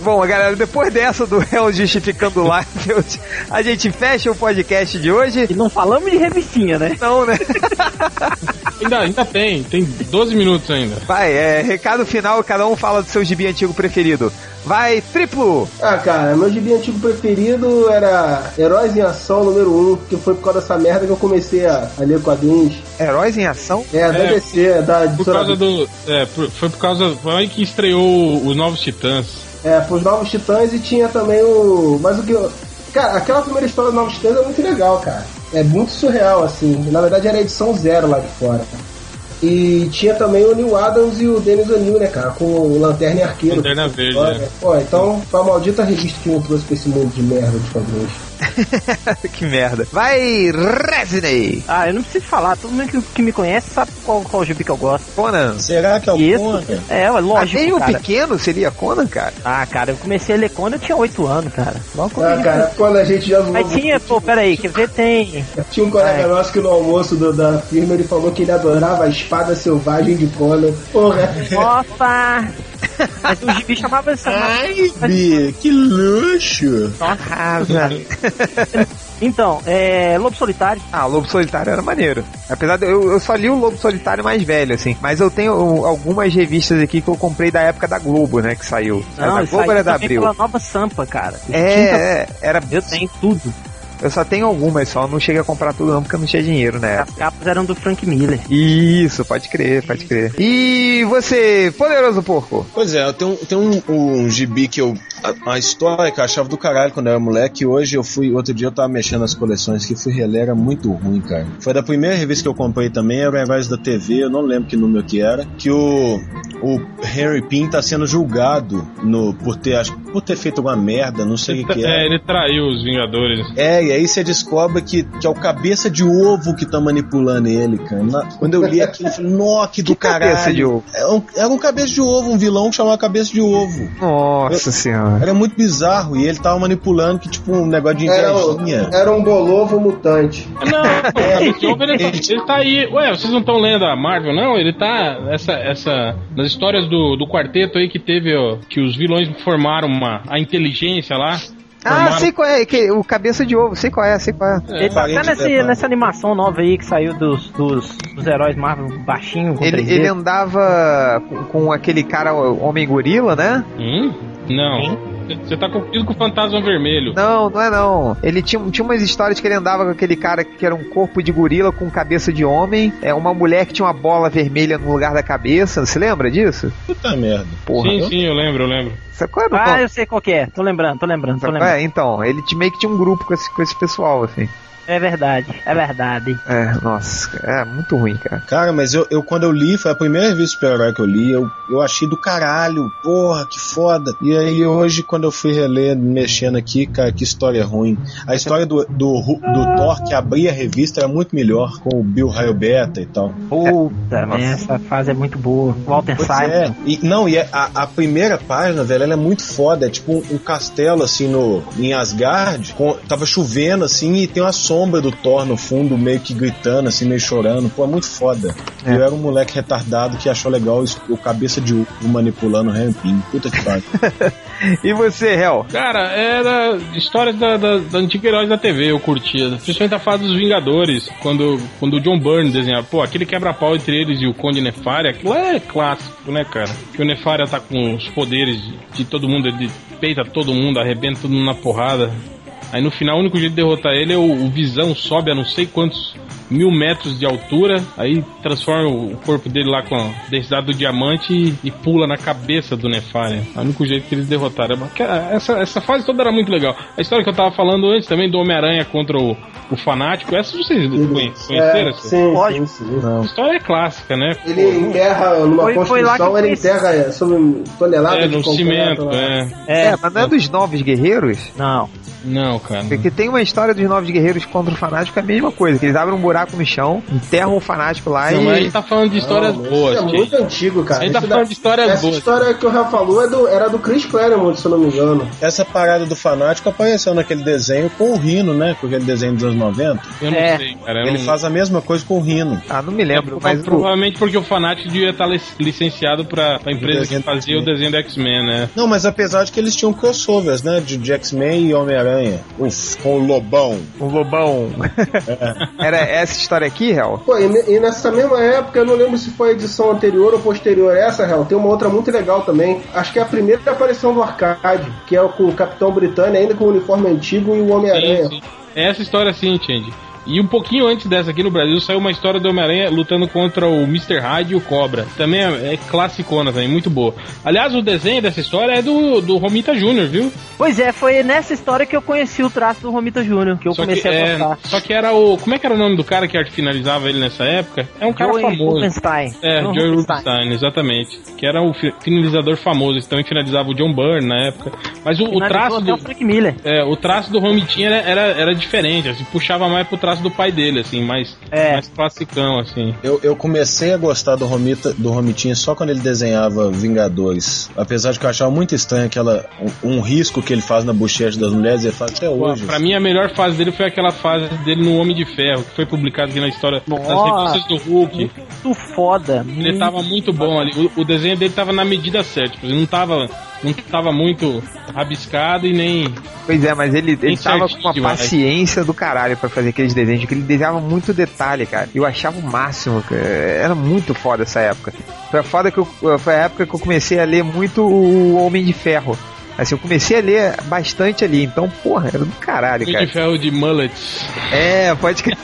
[SPEAKER 4] Bom, galera, depois dessa do Real justificando lá, *laughs* eu te- a gente fecha o podcast de hoje.
[SPEAKER 1] E não falamos de revistinha, né?
[SPEAKER 4] Não, né?
[SPEAKER 2] Ainda, ainda tem, tem 12 minutos ainda.
[SPEAKER 4] Vai, é, recado final, cada um fala do seu gibi antigo preferido. Vai, triplo!
[SPEAKER 6] Ah, cara, meu gibi antigo preferido era Heróis em Ação número 1, que foi por causa dessa merda que eu comecei a, a ler quadrinhos.
[SPEAKER 4] Heróis em ação? *laughs*
[SPEAKER 6] É, da
[SPEAKER 2] É,
[SPEAKER 6] DC, da
[SPEAKER 2] Por
[SPEAKER 6] editora.
[SPEAKER 2] causa do. É, por- foi por causa. Foi aí que estreou os Novos Titãs.
[SPEAKER 6] É, pros Novos Titãs e tinha também o. Mas o que eu. Cara, aquela primeira história dos Novos Titãs é muito legal, cara. É muito surreal, assim. Na verdade era a edição zero lá de fora. E tinha também o Neil Adams e o Dennis O'Neill, né, cara? Com o Lanterna e Arqueiro.
[SPEAKER 2] Lanterna Verde, né?
[SPEAKER 6] Pô, então foi a maldita revista que me trouxe pra esse mundo de merda de quadrinhos.
[SPEAKER 4] que merda. Vai, Resney!
[SPEAKER 1] Ah, eu não preciso falar, todo mundo que, que me conhece sabe qual, qual gibi que eu gosto.
[SPEAKER 4] Conan.
[SPEAKER 3] *laughs* Será que é
[SPEAKER 1] E
[SPEAKER 3] o
[SPEAKER 1] esse-
[SPEAKER 3] Conan?
[SPEAKER 1] é, é lógico,
[SPEAKER 4] Nem o
[SPEAKER 1] cara.
[SPEAKER 4] pequeno seria Conan, cara?
[SPEAKER 1] Ah, cara, eu comecei a ler quando eu tinha 8 anos, cara. Logo quando
[SPEAKER 6] Ah,
[SPEAKER 1] eu-
[SPEAKER 6] cara, quando a gente já zoou.
[SPEAKER 1] Mas tinha, pô, peraí, quer ver, tem...
[SPEAKER 6] Tinha um colega nosso que no almoço do- da firma ele falou que ele adorava a espada selvagem de Conan. Porra.
[SPEAKER 1] Opa! Mas o gibi chamava... chamava...
[SPEAKER 3] Bi, que luxo.
[SPEAKER 1] Ah,
[SPEAKER 4] Arrasa.
[SPEAKER 1] Então, é... Lobo Solitário.
[SPEAKER 4] Ah, Lobo Solitário era maneiro. Apesar de eu, eu só li o Lobo Solitário mais velho, assim. Mas eu tenho uh, algumas revistas aqui que eu comprei da época da Globo, né? Que saiu. Era da
[SPEAKER 1] isso
[SPEAKER 4] Globo
[SPEAKER 1] aí
[SPEAKER 4] era da
[SPEAKER 1] também
[SPEAKER 4] Abril.
[SPEAKER 1] pela Nova Sampa, cara.
[SPEAKER 4] É, é, era.
[SPEAKER 1] Eu tenho tudo.
[SPEAKER 4] Eu só tenho algumas só, não cheguei a comprar tudo não, porque eu não tinha dinheiro na época.
[SPEAKER 1] As capas eram do Frank Miller.
[SPEAKER 4] Isso, pode crer, pode crer. E você, poderoso porco?
[SPEAKER 3] Pois é, eu tenho, tenho um, um gibi que eu. A, a história que eu achava do caralho quando eu era moleque. e Hoje eu fui. Outro dia eu tava mexendo nas coleções que fui reler, era muito ruim, cara. Foi da primeira revista que eu comprei também, era o Heróis da TV, eu não lembro que número que era. Que o. O Henry Pym tá sendo julgado no, por ter. Acho, por ter feito alguma merda, não sei o que, que era.
[SPEAKER 2] *laughs* É, ele traiu os Vingadores.
[SPEAKER 3] É, e aí você descobre que, que é o cabeça de ovo que tá manipulando ele, cara. Na- quando eu li aquilo, eu falei, nó, que do caralho.
[SPEAKER 4] cabeça de ovo?
[SPEAKER 3] Era um, era um cabeça de ovo, um vilão que chamava cabeça de ovo.
[SPEAKER 4] Nossa senhora.
[SPEAKER 3] Era muito bizarro, e ele tava manipulando que, tipo, um negócio de
[SPEAKER 6] Era, É, o-
[SPEAKER 3] invejinha.
[SPEAKER 6] era um bolovo mutante.
[SPEAKER 2] Não, pô, ele, ele tá aí. Ué, vocês não estão lendo a Marvel, não? Ele tá. Essa. essa nas histórias do, do quarteto aí que teve, ó, que os vilões formaram uma, a inteligência lá.
[SPEAKER 4] Ah, sei qual é, que, o cabeça de ovo, sei qual é, sei qual é.
[SPEAKER 1] Ele tá até
[SPEAKER 3] parente
[SPEAKER 1] nessa,
[SPEAKER 3] dela.
[SPEAKER 1] nessa animação nova aí que saiu dos, dos, dos heróis Marvel baixinho com
[SPEAKER 4] Ele,
[SPEAKER 1] 3D.
[SPEAKER 4] ele andava com, com aquele cara o- homem gorila, né?
[SPEAKER 2] Hum? Não. Você tá confundido com o fantasma vermelho.
[SPEAKER 4] Não, não é não. Ele tinha, tinha umas histórias que ele andava com aquele cara que era um corpo de gorila com cabeça de homem. É uma mulher que tinha uma bola vermelha no lugar da cabeça. Você lembra disso?
[SPEAKER 3] Puta merda.
[SPEAKER 4] Porra.
[SPEAKER 2] sim,
[SPEAKER 4] eu-
[SPEAKER 2] sim, eu lembro, eu lembro.
[SPEAKER 4] Sabe qual era o
[SPEAKER 1] Ah,
[SPEAKER 4] nome?
[SPEAKER 1] eu sei qual que é. Tô lembrando, tô lembrando, tô
[SPEAKER 4] Sabe qual
[SPEAKER 1] lembrando.
[SPEAKER 4] é, então, ele tinha- meio que tinha um grupo com esse, com esse pessoal, assim.
[SPEAKER 1] É verdade, é verdade.
[SPEAKER 4] É, nossa, é muito ruim, cara.
[SPEAKER 3] Cara, mas eu, eu quando eu li, foi a primeira revista de super-herói que eu li, eu, eu achei do caralho, porra, que foda. E aí hoje, quando eu fui reler, mexendo aqui, cara, que história ruim. A história do, do, Ru- do Thor que abria a revista era muito melhor, com o Bill Raio Beta e tal.
[SPEAKER 1] Puta, né, essa fase é muito boa. Walter
[SPEAKER 3] Pois
[SPEAKER 1] Simon.
[SPEAKER 3] é. E, não, e a, a primeira página, velho, ela é muito foda. É tipo um, um castelo, assim, no, em Asgard. com- tava chovendo, assim, e tem uma sombra do Thor no fundo, meio que gritando, assim, meio chorando. Pô, é muito foda. E eu era um moleque retardado que achou legal isso- o cabeça de ovo manipulando o Rampinho. Puta que *laughs* pariu.
[SPEAKER 4] E você, Hel?
[SPEAKER 2] Cara, era histórias da, da, da antiga heróis da TV, eu curtia. Principalmente a fase dos Vingadores, quando, quando o John Byrne desenhava. Pô, aquele quebra-pau entre eles e o Conde Nefária, aquilo é clássico, né, cara? Que o Nefária tá com os poderes de, de todo mundo, ele peita todo mundo, arrebenta todo mundo na porrada. Aí no final o único jeito de derrotar ele é o, o Visão sobe a não sei quantos mil metros de altura, aí transforma o o corpo dele lá com a densidade do diamante e, e pula na cabeça do Nefária. É o único jeito que eles derrotaram. Mas, cara, Essa, essa fase toda era muito legal. A história que eu tava falando antes também do Homem-Aranha contra o, o Fanático, essa vocês conhe- conheceram?
[SPEAKER 6] É,
[SPEAKER 2] essa?
[SPEAKER 6] sim,
[SPEAKER 1] Lógico.
[SPEAKER 6] sim, sim.
[SPEAKER 2] A história é clássica, né?
[SPEAKER 6] Ele enterra numa
[SPEAKER 1] Foi- foi lá que
[SPEAKER 6] construção, ele
[SPEAKER 1] fez-
[SPEAKER 6] enterra é, sobre toneladas
[SPEAKER 2] É,
[SPEAKER 6] de
[SPEAKER 2] no
[SPEAKER 6] concreto né?
[SPEAKER 2] cimento,
[SPEAKER 6] lá.
[SPEAKER 2] é.
[SPEAKER 1] É,
[SPEAKER 4] mas não é dos Novos Guerreiros?
[SPEAKER 1] não.
[SPEAKER 2] Não, cara.
[SPEAKER 4] Porque tem uma história dos Novos Guerreiros contra o Fanático, é a mesma coisa, que eles abrem um buraco no chão, enterram o Fanático lá
[SPEAKER 2] Não,
[SPEAKER 4] e...
[SPEAKER 2] mas a gente tá falando de histórias
[SPEAKER 6] Não,
[SPEAKER 2] boas,
[SPEAKER 6] Isso é
[SPEAKER 2] gente.
[SPEAKER 6] muito antigo, cara.
[SPEAKER 2] Ainda
[SPEAKER 6] Isso
[SPEAKER 2] falando de histórias
[SPEAKER 6] Essa
[SPEAKER 2] boas.
[SPEAKER 6] história que o Rafa falou é do- era do Chris Claremont, se eu não me engano.
[SPEAKER 3] Essa parada do fanático apareceu naquele desenho com o Rino, né? Com aquele desenho dos anos 90.
[SPEAKER 2] Eu não
[SPEAKER 1] É.
[SPEAKER 2] sei, cara. Eu
[SPEAKER 3] Ele
[SPEAKER 2] não-
[SPEAKER 3] faz a mesma coisa com o Rino.
[SPEAKER 4] Ah, não me lembro,
[SPEAKER 2] É,
[SPEAKER 4] mas o-
[SPEAKER 2] provavelmente porque o Fanatic devia estar lic- licenciado pra, pra empresa que
[SPEAKER 3] desenho do
[SPEAKER 2] fazia o
[SPEAKER 3] X-Men.
[SPEAKER 2] desenho do X-Men, né?
[SPEAKER 3] Não, mas apesar de que eles tinham crossovers, né? De de X-Men e Homem-Aranha. Uf, Com o Lobão.
[SPEAKER 4] o Lobão. *laughs* Era essa história aqui, Hel?
[SPEAKER 6] Pô, e, ne- e nessa mesma época, eu não lembro se foi a edição anterior ou posterior a essa, real, tem uma outra muito legal também. Acho que é a primeira aparição do Arcade, que é o com o Capitão Britânia, ainda com o uniforme antigo e o Homem-Aranha.
[SPEAKER 2] Sim, sim. É Essa história sim, entende? E um pouquinho antes dessa aqui no Brasil saiu uma história do Homem-Aranha lutando contra o Mr. Hyde e o Cobra. Também é, é classicona também, muito boa. Aliás, o desenho dessa história é do, do Romita Jr., viu?
[SPEAKER 1] Pois é, foi nessa história que eu conheci o traço do Romita Júnior, que eu comecei
[SPEAKER 2] que,
[SPEAKER 1] a gostar.
[SPEAKER 2] É, só que era o. Como é que era o nome do cara que arte finalizava ele nessa época? É um cara
[SPEAKER 1] Joey
[SPEAKER 2] famoso.
[SPEAKER 1] Rubenstein.
[SPEAKER 2] É,
[SPEAKER 1] Joe
[SPEAKER 2] Joey Rubenstein, exatamente. Que era o fi- finalizador famoso. Então, Ele também finalizava o John Byrne na época. Mas o, o
[SPEAKER 1] Finalizou
[SPEAKER 2] traço
[SPEAKER 1] até
[SPEAKER 2] do,
[SPEAKER 1] o Frank Miller.
[SPEAKER 2] é, o traço do Romitinha era, era, era diferente, assim, puxava mais pro traço do pai dele, assim, mais,
[SPEAKER 1] É.
[SPEAKER 2] mais classicão, assim.
[SPEAKER 3] Eu, eu comecei a gostar do Romita, do Romitinha só quando ele desenhava Vingadores. Apesar de que eu achava muito estranho aquela um, um risco que ele faz na bochecha das mulheres, ele faz até
[SPEAKER 2] Pô,
[SPEAKER 3] hoje.
[SPEAKER 2] Pra mim, a melhor fase dele foi aquela fase dele no Homem de Ferro, que foi publicado aqui na história das
[SPEAKER 1] Nossa. Uhum.
[SPEAKER 2] revistas do Hulk.
[SPEAKER 1] Muito foda.
[SPEAKER 2] Ele tava muito bom ali. O, o desenho dele tava na medida certa. Tipo, ele não tava, não tava muito rabiscado e nem.
[SPEAKER 4] Pois é, mas ele, ele
[SPEAKER 2] Tem
[SPEAKER 4] tava com
[SPEAKER 2] certinho
[SPEAKER 4] uma
[SPEAKER 2] demais.
[SPEAKER 4] paciência do caralho pra fazer aqueles desenhos, que ele desenhava muito detalhe, cara. Eu achava o máximo, cara. Era muito foda essa época. Foi a, foda que eu- foi a época que eu comecei a ler muito o Homem de Ferro. Assim, eu comecei a ler bastante ali, então, porra, era do caralho,
[SPEAKER 2] Homem de
[SPEAKER 4] cara.
[SPEAKER 2] Ferro de é. Mullets.
[SPEAKER 4] É, pode
[SPEAKER 2] *laughs*
[SPEAKER 4] crer.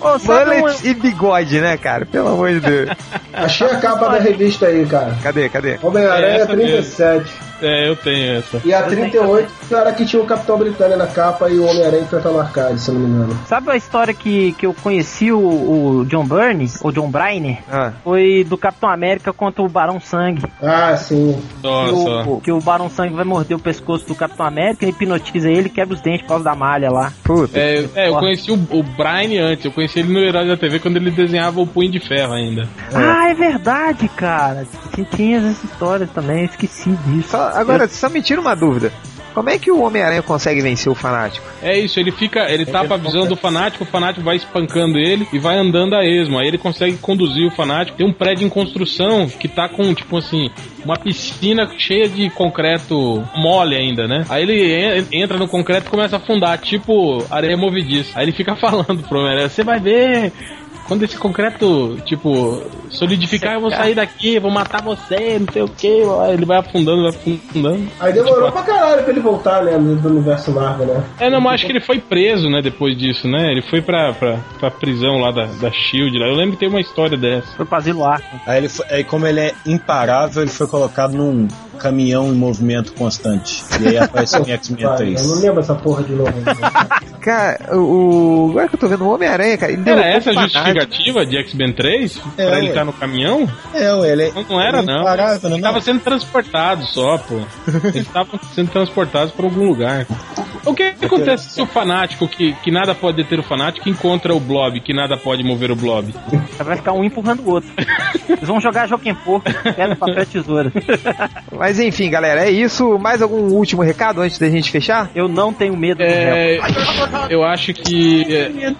[SPEAKER 1] Ô, sabe um-
[SPEAKER 4] Mullet e bigode, né, cara? Pelo amor de Deus.
[SPEAKER 6] Achei a capa da revista aí, cara.
[SPEAKER 4] Cadê, cadê?
[SPEAKER 2] É
[SPEAKER 6] Homem-Aranha
[SPEAKER 2] essa
[SPEAKER 6] 37.
[SPEAKER 2] É, eu tenho essa.
[SPEAKER 6] E a 38 era que tinha o Capitão Britânia na capa e o Homem-Aranha enfrentando o Arcade, se eu não me engano.
[SPEAKER 1] Sabe a história que, que eu conheci o, o John Byrne, ou John Briner?
[SPEAKER 4] Ah,
[SPEAKER 1] Foi do Capitão América contra o Barão Sangue.
[SPEAKER 6] Ah, sim.
[SPEAKER 1] Que
[SPEAKER 2] Nossa.
[SPEAKER 1] o, que o Barão Sangue vai morder o pescoço do Capitão América, hipnotiza ele e quebra os dentes por causa da malha lá.
[SPEAKER 4] puta.
[SPEAKER 2] É, é, eu conheci o, o Brian antes, eu conheci ele no Herói da TV quando ele desenhava o Punho de Ferro ainda.
[SPEAKER 1] Ah, é verdade, cara. Tinha- Tinha essa história também, eu esqueci disso.
[SPEAKER 4] Só- agora, só me tira uma dúvida. Como é que o Homem-Aranha consegue vencer o fanático?
[SPEAKER 2] É isso, ele fica, ele tapa a visão do fanático, o fanático vai espancando ele e vai andando a esmo. Aí ele consegue conduzir o fanático. Tem um prédio em construção que tá com, tipo assim, uma piscina cheia de concreto mole ainda, né? Aí ele en- entra no concreto e começa a afundar, tipo areia movediça. Aí ele fica *laughs* falando pro homem, você vai ver. Quando esse concreto, tipo, solidificar, eu vou sair daqui, vou matar você, não sei o que. Ele vai afundando, vai afundando.
[SPEAKER 6] Aí demorou pra caralho pra ele voltar, né, do universo Marvel, né?
[SPEAKER 2] É, não, mas acho que ele foi preso, né, depois disso, né? Ele foi pra, pra, pra prisão lá da, da Shield. Lá. Eu lembro que tem uma história dessa.
[SPEAKER 1] Foi pra Asilo Arkham.
[SPEAKER 3] Aí, ele foi- aí como ele é imparável, ele foi colocado num caminhão em movimento constante. E aí apareceu em X-Men
[SPEAKER 6] Vai, eu não
[SPEAKER 3] 3.
[SPEAKER 6] lembro essa porra de novo.
[SPEAKER 4] Cara, o. o- Agora que eu tô vendo o Homem-Aranha, cara, ele
[SPEAKER 2] Era
[SPEAKER 4] derrotou
[SPEAKER 2] É, essa
[SPEAKER 4] o
[SPEAKER 2] a
[SPEAKER 4] Fanático.
[SPEAKER 2] justificativa de X-Men 3?
[SPEAKER 3] É,
[SPEAKER 2] pra ele
[SPEAKER 3] ué.
[SPEAKER 2] estar no caminhão?
[SPEAKER 3] É, ué, ele é-
[SPEAKER 2] Não, não era,
[SPEAKER 3] ele é
[SPEAKER 2] não.
[SPEAKER 3] Imparável, né?
[SPEAKER 2] Ele tava sendo transportado só, pô. Eles estavam sendo transportados pra algum lugar. O que acontece se o fanático, que, que nada pode deter o fanático, encontra o blob, que nada pode mover o blob?
[SPEAKER 1] Vai ficar um empurrando o outro. Eles vão jogar joaquim porco, pedra, papel, tesoura.
[SPEAKER 4] Mas enfim, galera, é isso. Mais algum último recado antes da gente fechar?
[SPEAKER 1] Eu não tenho medo
[SPEAKER 2] É,
[SPEAKER 1] do réu.
[SPEAKER 2] eu acho que é,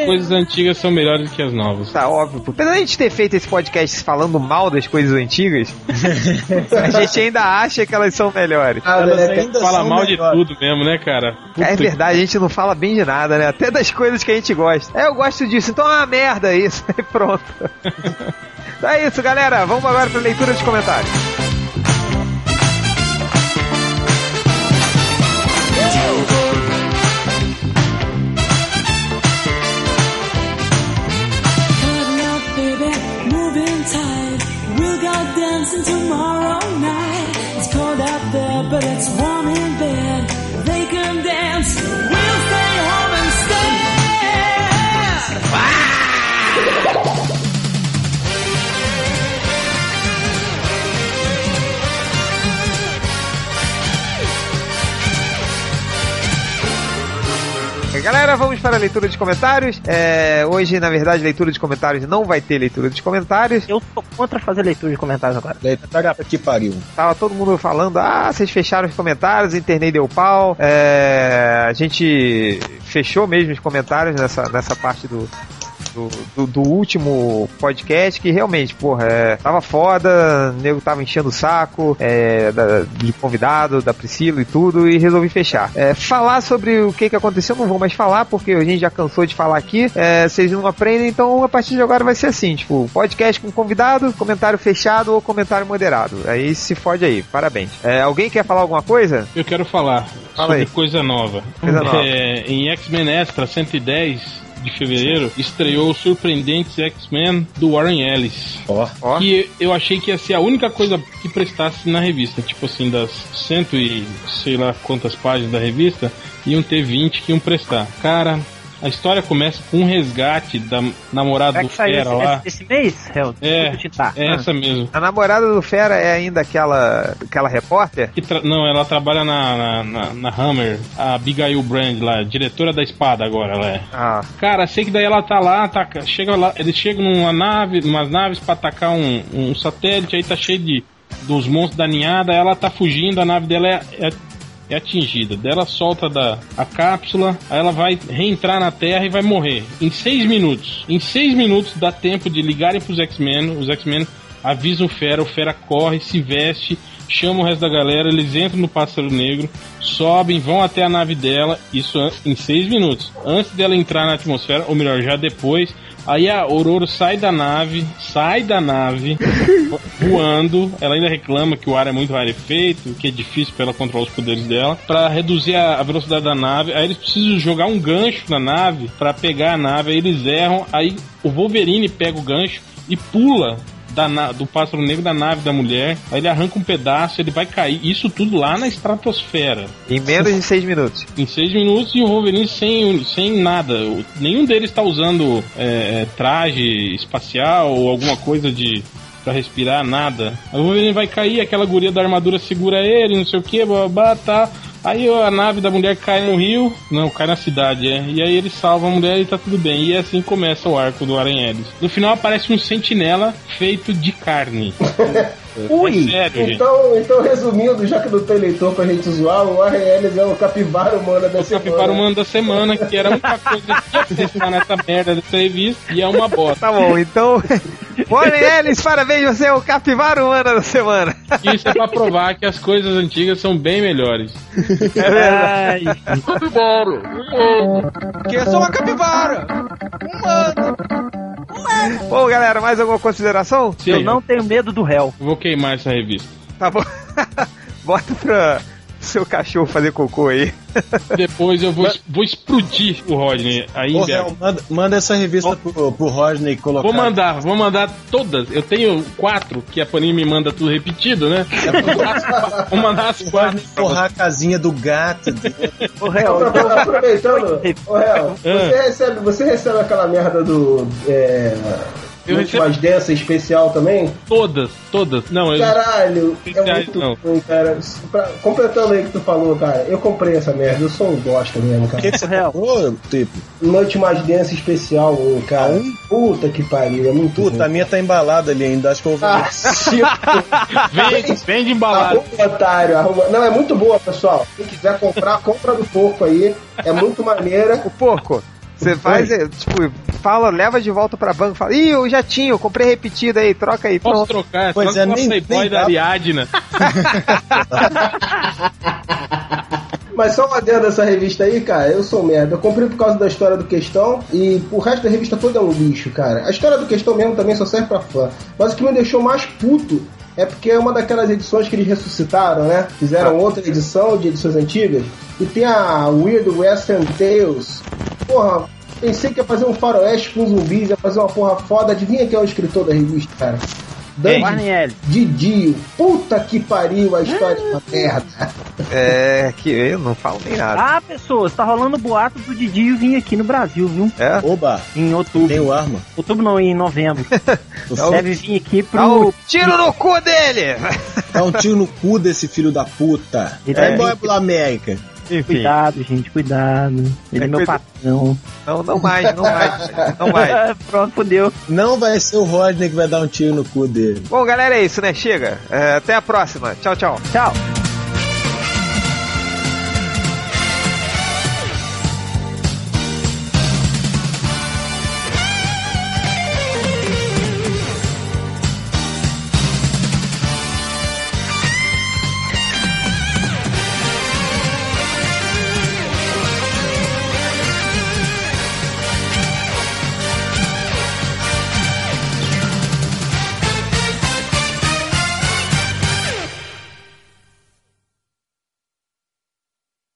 [SPEAKER 2] as coisas antigas são melhores que as novas.
[SPEAKER 4] Tá óbvio. pô. Apesar de a gente ter feito esse podcast falando mal das coisas
[SPEAKER 2] *laughs*
[SPEAKER 4] antigas, a gente ainda acha que elas são melhores.
[SPEAKER 6] Ah,
[SPEAKER 3] Elas
[SPEAKER 6] né, cara?
[SPEAKER 3] ainda
[SPEAKER 2] Fala
[SPEAKER 3] são
[SPEAKER 2] mal
[SPEAKER 3] melhores.
[SPEAKER 2] de tudo mesmo, né, cara? Puta
[SPEAKER 4] É verdade, a gente não fala bem de nada, né? Até das coisas que a gente gosta. É, eu gosto disso, então é uma merda isso. *laughs*
[SPEAKER 2] *laughs*
[SPEAKER 4] E pronto. Então é isso, galera. Vamos agora pra leitura de comentários. Galera, vamos para a leitura de comentários. É, hoje, na verdade, leitura de comentários não vai ter leitura de comentários.
[SPEAKER 1] Eu tô contra fazer leitura de comentários agora.
[SPEAKER 3] Daí, tá que pariu.
[SPEAKER 4] Tava todo mundo falando, ah, vocês fecharam os comentários, a internet deu pau. É, a gente fechou mesmo os comentários nessa, nessa parte do, do, do- do último podcast, que realmente, porra, é, tava foda, o nego tava enchendo o saco é, da- de convidado, da Priscila e tudo, e resolvi fechar. É, falar sobre o que, que aconteceu, não vou mais falar, porque a gente já cansou de falar aqui, é, vocês não aprendem, então a partir de agora vai ser assim, tipo, podcast com convidado, comentário fechado ou comentário moderado. Aí se fode aí, parabéns. É, alguém quer falar alguma coisa?
[SPEAKER 2] Eu quero falar
[SPEAKER 4] Fala
[SPEAKER 2] sobre
[SPEAKER 4] aí.
[SPEAKER 2] coisa nova.
[SPEAKER 4] Coisa nova.
[SPEAKER 2] É, em X-Men Extra 110 de fevereiro, estreou o surpreendente X-Men do Warren Ellis.
[SPEAKER 3] Ó.
[SPEAKER 4] Ó.
[SPEAKER 2] Que eu achei que ia ser a única coisa que prestasse na revista. Tipo assim, das cento e sei lá quantas páginas da revista, iam ter 20 que iam prestar. Cara, a história começa com um resgate da namorada
[SPEAKER 1] Será
[SPEAKER 2] do
[SPEAKER 1] É que saiu
[SPEAKER 2] Fera
[SPEAKER 1] esse,
[SPEAKER 2] lá.
[SPEAKER 1] esse tipo tá. mês, réu?
[SPEAKER 2] É,
[SPEAKER 1] Desculpa te dar.
[SPEAKER 2] é essa mesmo.
[SPEAKER 4] A namorada do Fera é ainda aquela, aquela repórter?
[SPEAKER 2] Que tra- Não, ela trabalha na, na, na- na Hammer, a Abigail Brand lá, diretora da espada agora, ela é.
[SPEAKER 4] Ah,
[SPEAKER 2] Cara, sei que daí ela tá lá, ataca, chega lá, eles chegam numa nave, umas naves pra atacar um, um satélite, aí tá cheio de dos monstros da ninhada, ela tá fugindo, a nave dela é, é, é atingida. Daí ela solta da, a cápsula, aí ela vai reentrar na Terra e vai morrer. Em seis minutos. Em seis minutos dá tempo de ligarem pros X-Men, os X-Men avisam o Fera, o Fera corre, se veste, chama o resto da galera, eles entram no Pássaro Negro, sobem, vão até a nave dela, isso an- em seis minutos. Antes dela entrar na atmosfera, ou melhor, já depois, aí a Ororo sai da nave, sai da nave, vo- voando, ela ainda reclama que o ar é muito rarefeito, que é difícil pra ela controlar os poderes dela, pra reduzir a, a velocidade da nave, aí eles precisam jogar um gancho na nave pra pegar a nave, aí eles erram, aí o Wolverine pega o gancho e pula da na- do pássaro negro da nave da mulher. Aí ele arranca um pedaço, ele vai cair. Isso tudo lá na estratosfera.
[SPEAKER 4] em menos de seis minutos.
[SPEAKER 2] Em seis minutos e o Wolverine sem, sem nada. O- Nenhum deles está usando é, é, traje espacial ou alguma coisa de para respirar, nada. Aí o Wolverine vai cair, aquela guria da armadura segura ele, não sei o que, babá, tá. Aí a nave da mulher cai no rio, não, cai na cidade, é. E aí ele salva a mulher e tá tudo bem. E assim começa o arco do Aranhelis. No final aparece um sentinela feito de carne. É
[SPEAKER 1] Ui!
[SPEAKER 2] sério, gente.
[SPEAKER 6] Então, então, resumindo, já que não tem leitor pra gente zoar, o Warren Ellis é o capivara humana da semana.
[SPEAKER 2] Capivara Humano da Semana, que era a única coisa que ia testar nessa merda dessa revista, e é uma bosta.
[SPEAKER 4] Tá bom, *laughs* então. Warren Ellis, parabéns, você é o capivara humana da semana.
[SPEAKER 2] Isso é pra provar que as coisas antigas são bem melhores.
[SPEAKER 4] É
[SPEAKER 1] Ai,
[SPEAKER 4] Que eu sou uma capivara! Humano! Humano! Bom, galera, mais alguma consideração?
[SPEAKER 2] Sim,
[SPEAKER 1] eu não tenho medo do réu.
[SPEAKER 2] eu vou queimar essa revista.
[SPEAKER 4] Tá bom. *laughs* Bota pra seu cachorro fazer cocô aí.
[SPEAKER 2] Depois eu vou, vou explodir o Rodney aí em
[SPEAKER 3] Ô,
[SPEAKER 2] Belga.
[SPEAKER 3] Léo, manda, manda essa revista pro, pro Rodney colocar.
[SPEAKER 2] Vou mandar, vou mandar todas. Eu tenho quatro, que a Panini me manda tudo repetido, né?
[SPEAKER 3] É
[SPEAKER 2] Vou mandar as
[SPEAKER 3] O
[SPEAKER 2] quatro.
[SPEAKER 3] Rodney forrar a casinha
[SPEAKER 2] *laughs*
[SPEAKER 3] do gato.
[SPEAKER 1] Ô, réu,
[SPEAKER 4] *laughs*
[SPEAKER 6] Apro-
[SPEAKER 1] então,
[SPEAKER 2] Ah.
[SPEAKER 6] Aproveitando, ô, Real, você recebe, você recebe aquela merda do. É,
[SPEAKER 2] Eu
[SPEAKER 6] muito
[SPEAKER 2] recebo-
[SPEAKER 6] mais densa, especial também.
[SPEAKER 2] Todas, todas. Não, eu.
[SPEAKER 6] Caralho, é
[SPEAKER 2] Especiais,
[SPEAKER 6] muito
[SPEAKER 2] não.
[SPEAKER 6] ruim, cara. Pra- completando aí o que tu falou, cara, eu comprei essa merda, eu sou um bosta mesmo,
[SPEAKER 3] O que,
[SPEAKER 6] cara.
[SPEAKER 3] que você comprou, Tipo?
[SPEAKER 6] Noite mais densa especial, ô, cara. Puta que pariu, é muito
[SPEAKER 3] Puta, a
[SPEAKER 6] ruim.
[SPEAKER 3] minha tá embalada ali ainda, acho que eu vou... um
[SPEAKER 6] Ah, Chico,
[SPEAKER 2] Vende, vende embalado.
[SPEAKER 6] arruma um otário, arruma. Não, é muito boa, pessoal. Quem quiser comprar, compra do porco aí. É muito maneira.
[SPEAKER 4] O porco. Você faz, é, tipo, fala, leva de volta pra banco, fala, ih, eu já tinha, eu comprei repetido aí, troca aí.
[SPEAKER 2] Posso
[SPEAKER 4] Pronto.
[SPEAKER 2] trocar?
[SPEAKER 3] Pois
[SPEAKER 2] troca
[SPEAKER 3] é,
[SPEAKER 2] uma
[SPEAKER 3] nem-
[SPEAKER 2] Playboy
[SPEAKER 3] nem
[SPEAKER 2] da
[SPEAKER 3] dá.
[SPEAKER 2] Ariadna.
[SPEAKER 6] Mas só um uma dentro dessa revista aí, cara, eu sou um merda. Eu comprei por causa da história do questão e o resto da revista toda é um lixo, cara. A história do questão mesmo também só serve pra fã. Mas o que me deixou mais puto é porque é uma daquelas edições que eles ressuscitaram, né? Fizeram outra edição de edições antigas e tem a Weird Western Tales. Porra, pensei que ia fazer um faroeste com zumbis, ia fazer uma porra foda. Adivinha quem é o escritor da revista, cara? Dan
[SPEAKER 1] Barnielli.
[SPEAKER 6] Didio. Puta que pariu a história da merda.
[SPEAKER 4] É, que eu não falo nem nada.
[SPEAKER 1] Ah, pessoas, tá rolando boato do Didi vir aqui no Brasil, viu?
[SPEAKER 4] É?
[SPEAKER 3] Oba,
[SPEAKER 1] Em outubro.
[SPEAKER 3] tenho arma.
[SPEAKER 1] Outubro não, em novembro. Deve vir aqui pro.
[SPEAKER 4] Dá o tiro no cu dele! *laughs*
[SPEAKER 3] Dá um tiro no cu desse filho da puta.
[SPEAKER 1] Ele
[SPEAKER 3] Vai
[SPEAKER 1] é.
[SPEAKER 3] embora pela América.
[SPEAKER 4] Enfim,
[SPEAKER 1] Cuidado, gente, cuidado. Ele é, meu
[SPEAKER 4] Cuida-
[SPEAKER 1] patrão.
[SPEAKER 4] não, não mais, não mais, não mais.
[SPEAKER 1] *laughs* Pronto, fodeu.
[SPEAKER 3] Não vai ser o Rodney que vai dar um tiro no cu dele.
[SPEAKER 4] Bom, galera, é isso, né? Chega. É, até a próxima. Tchau, tchau.
[SPEAKER 1] Tchau.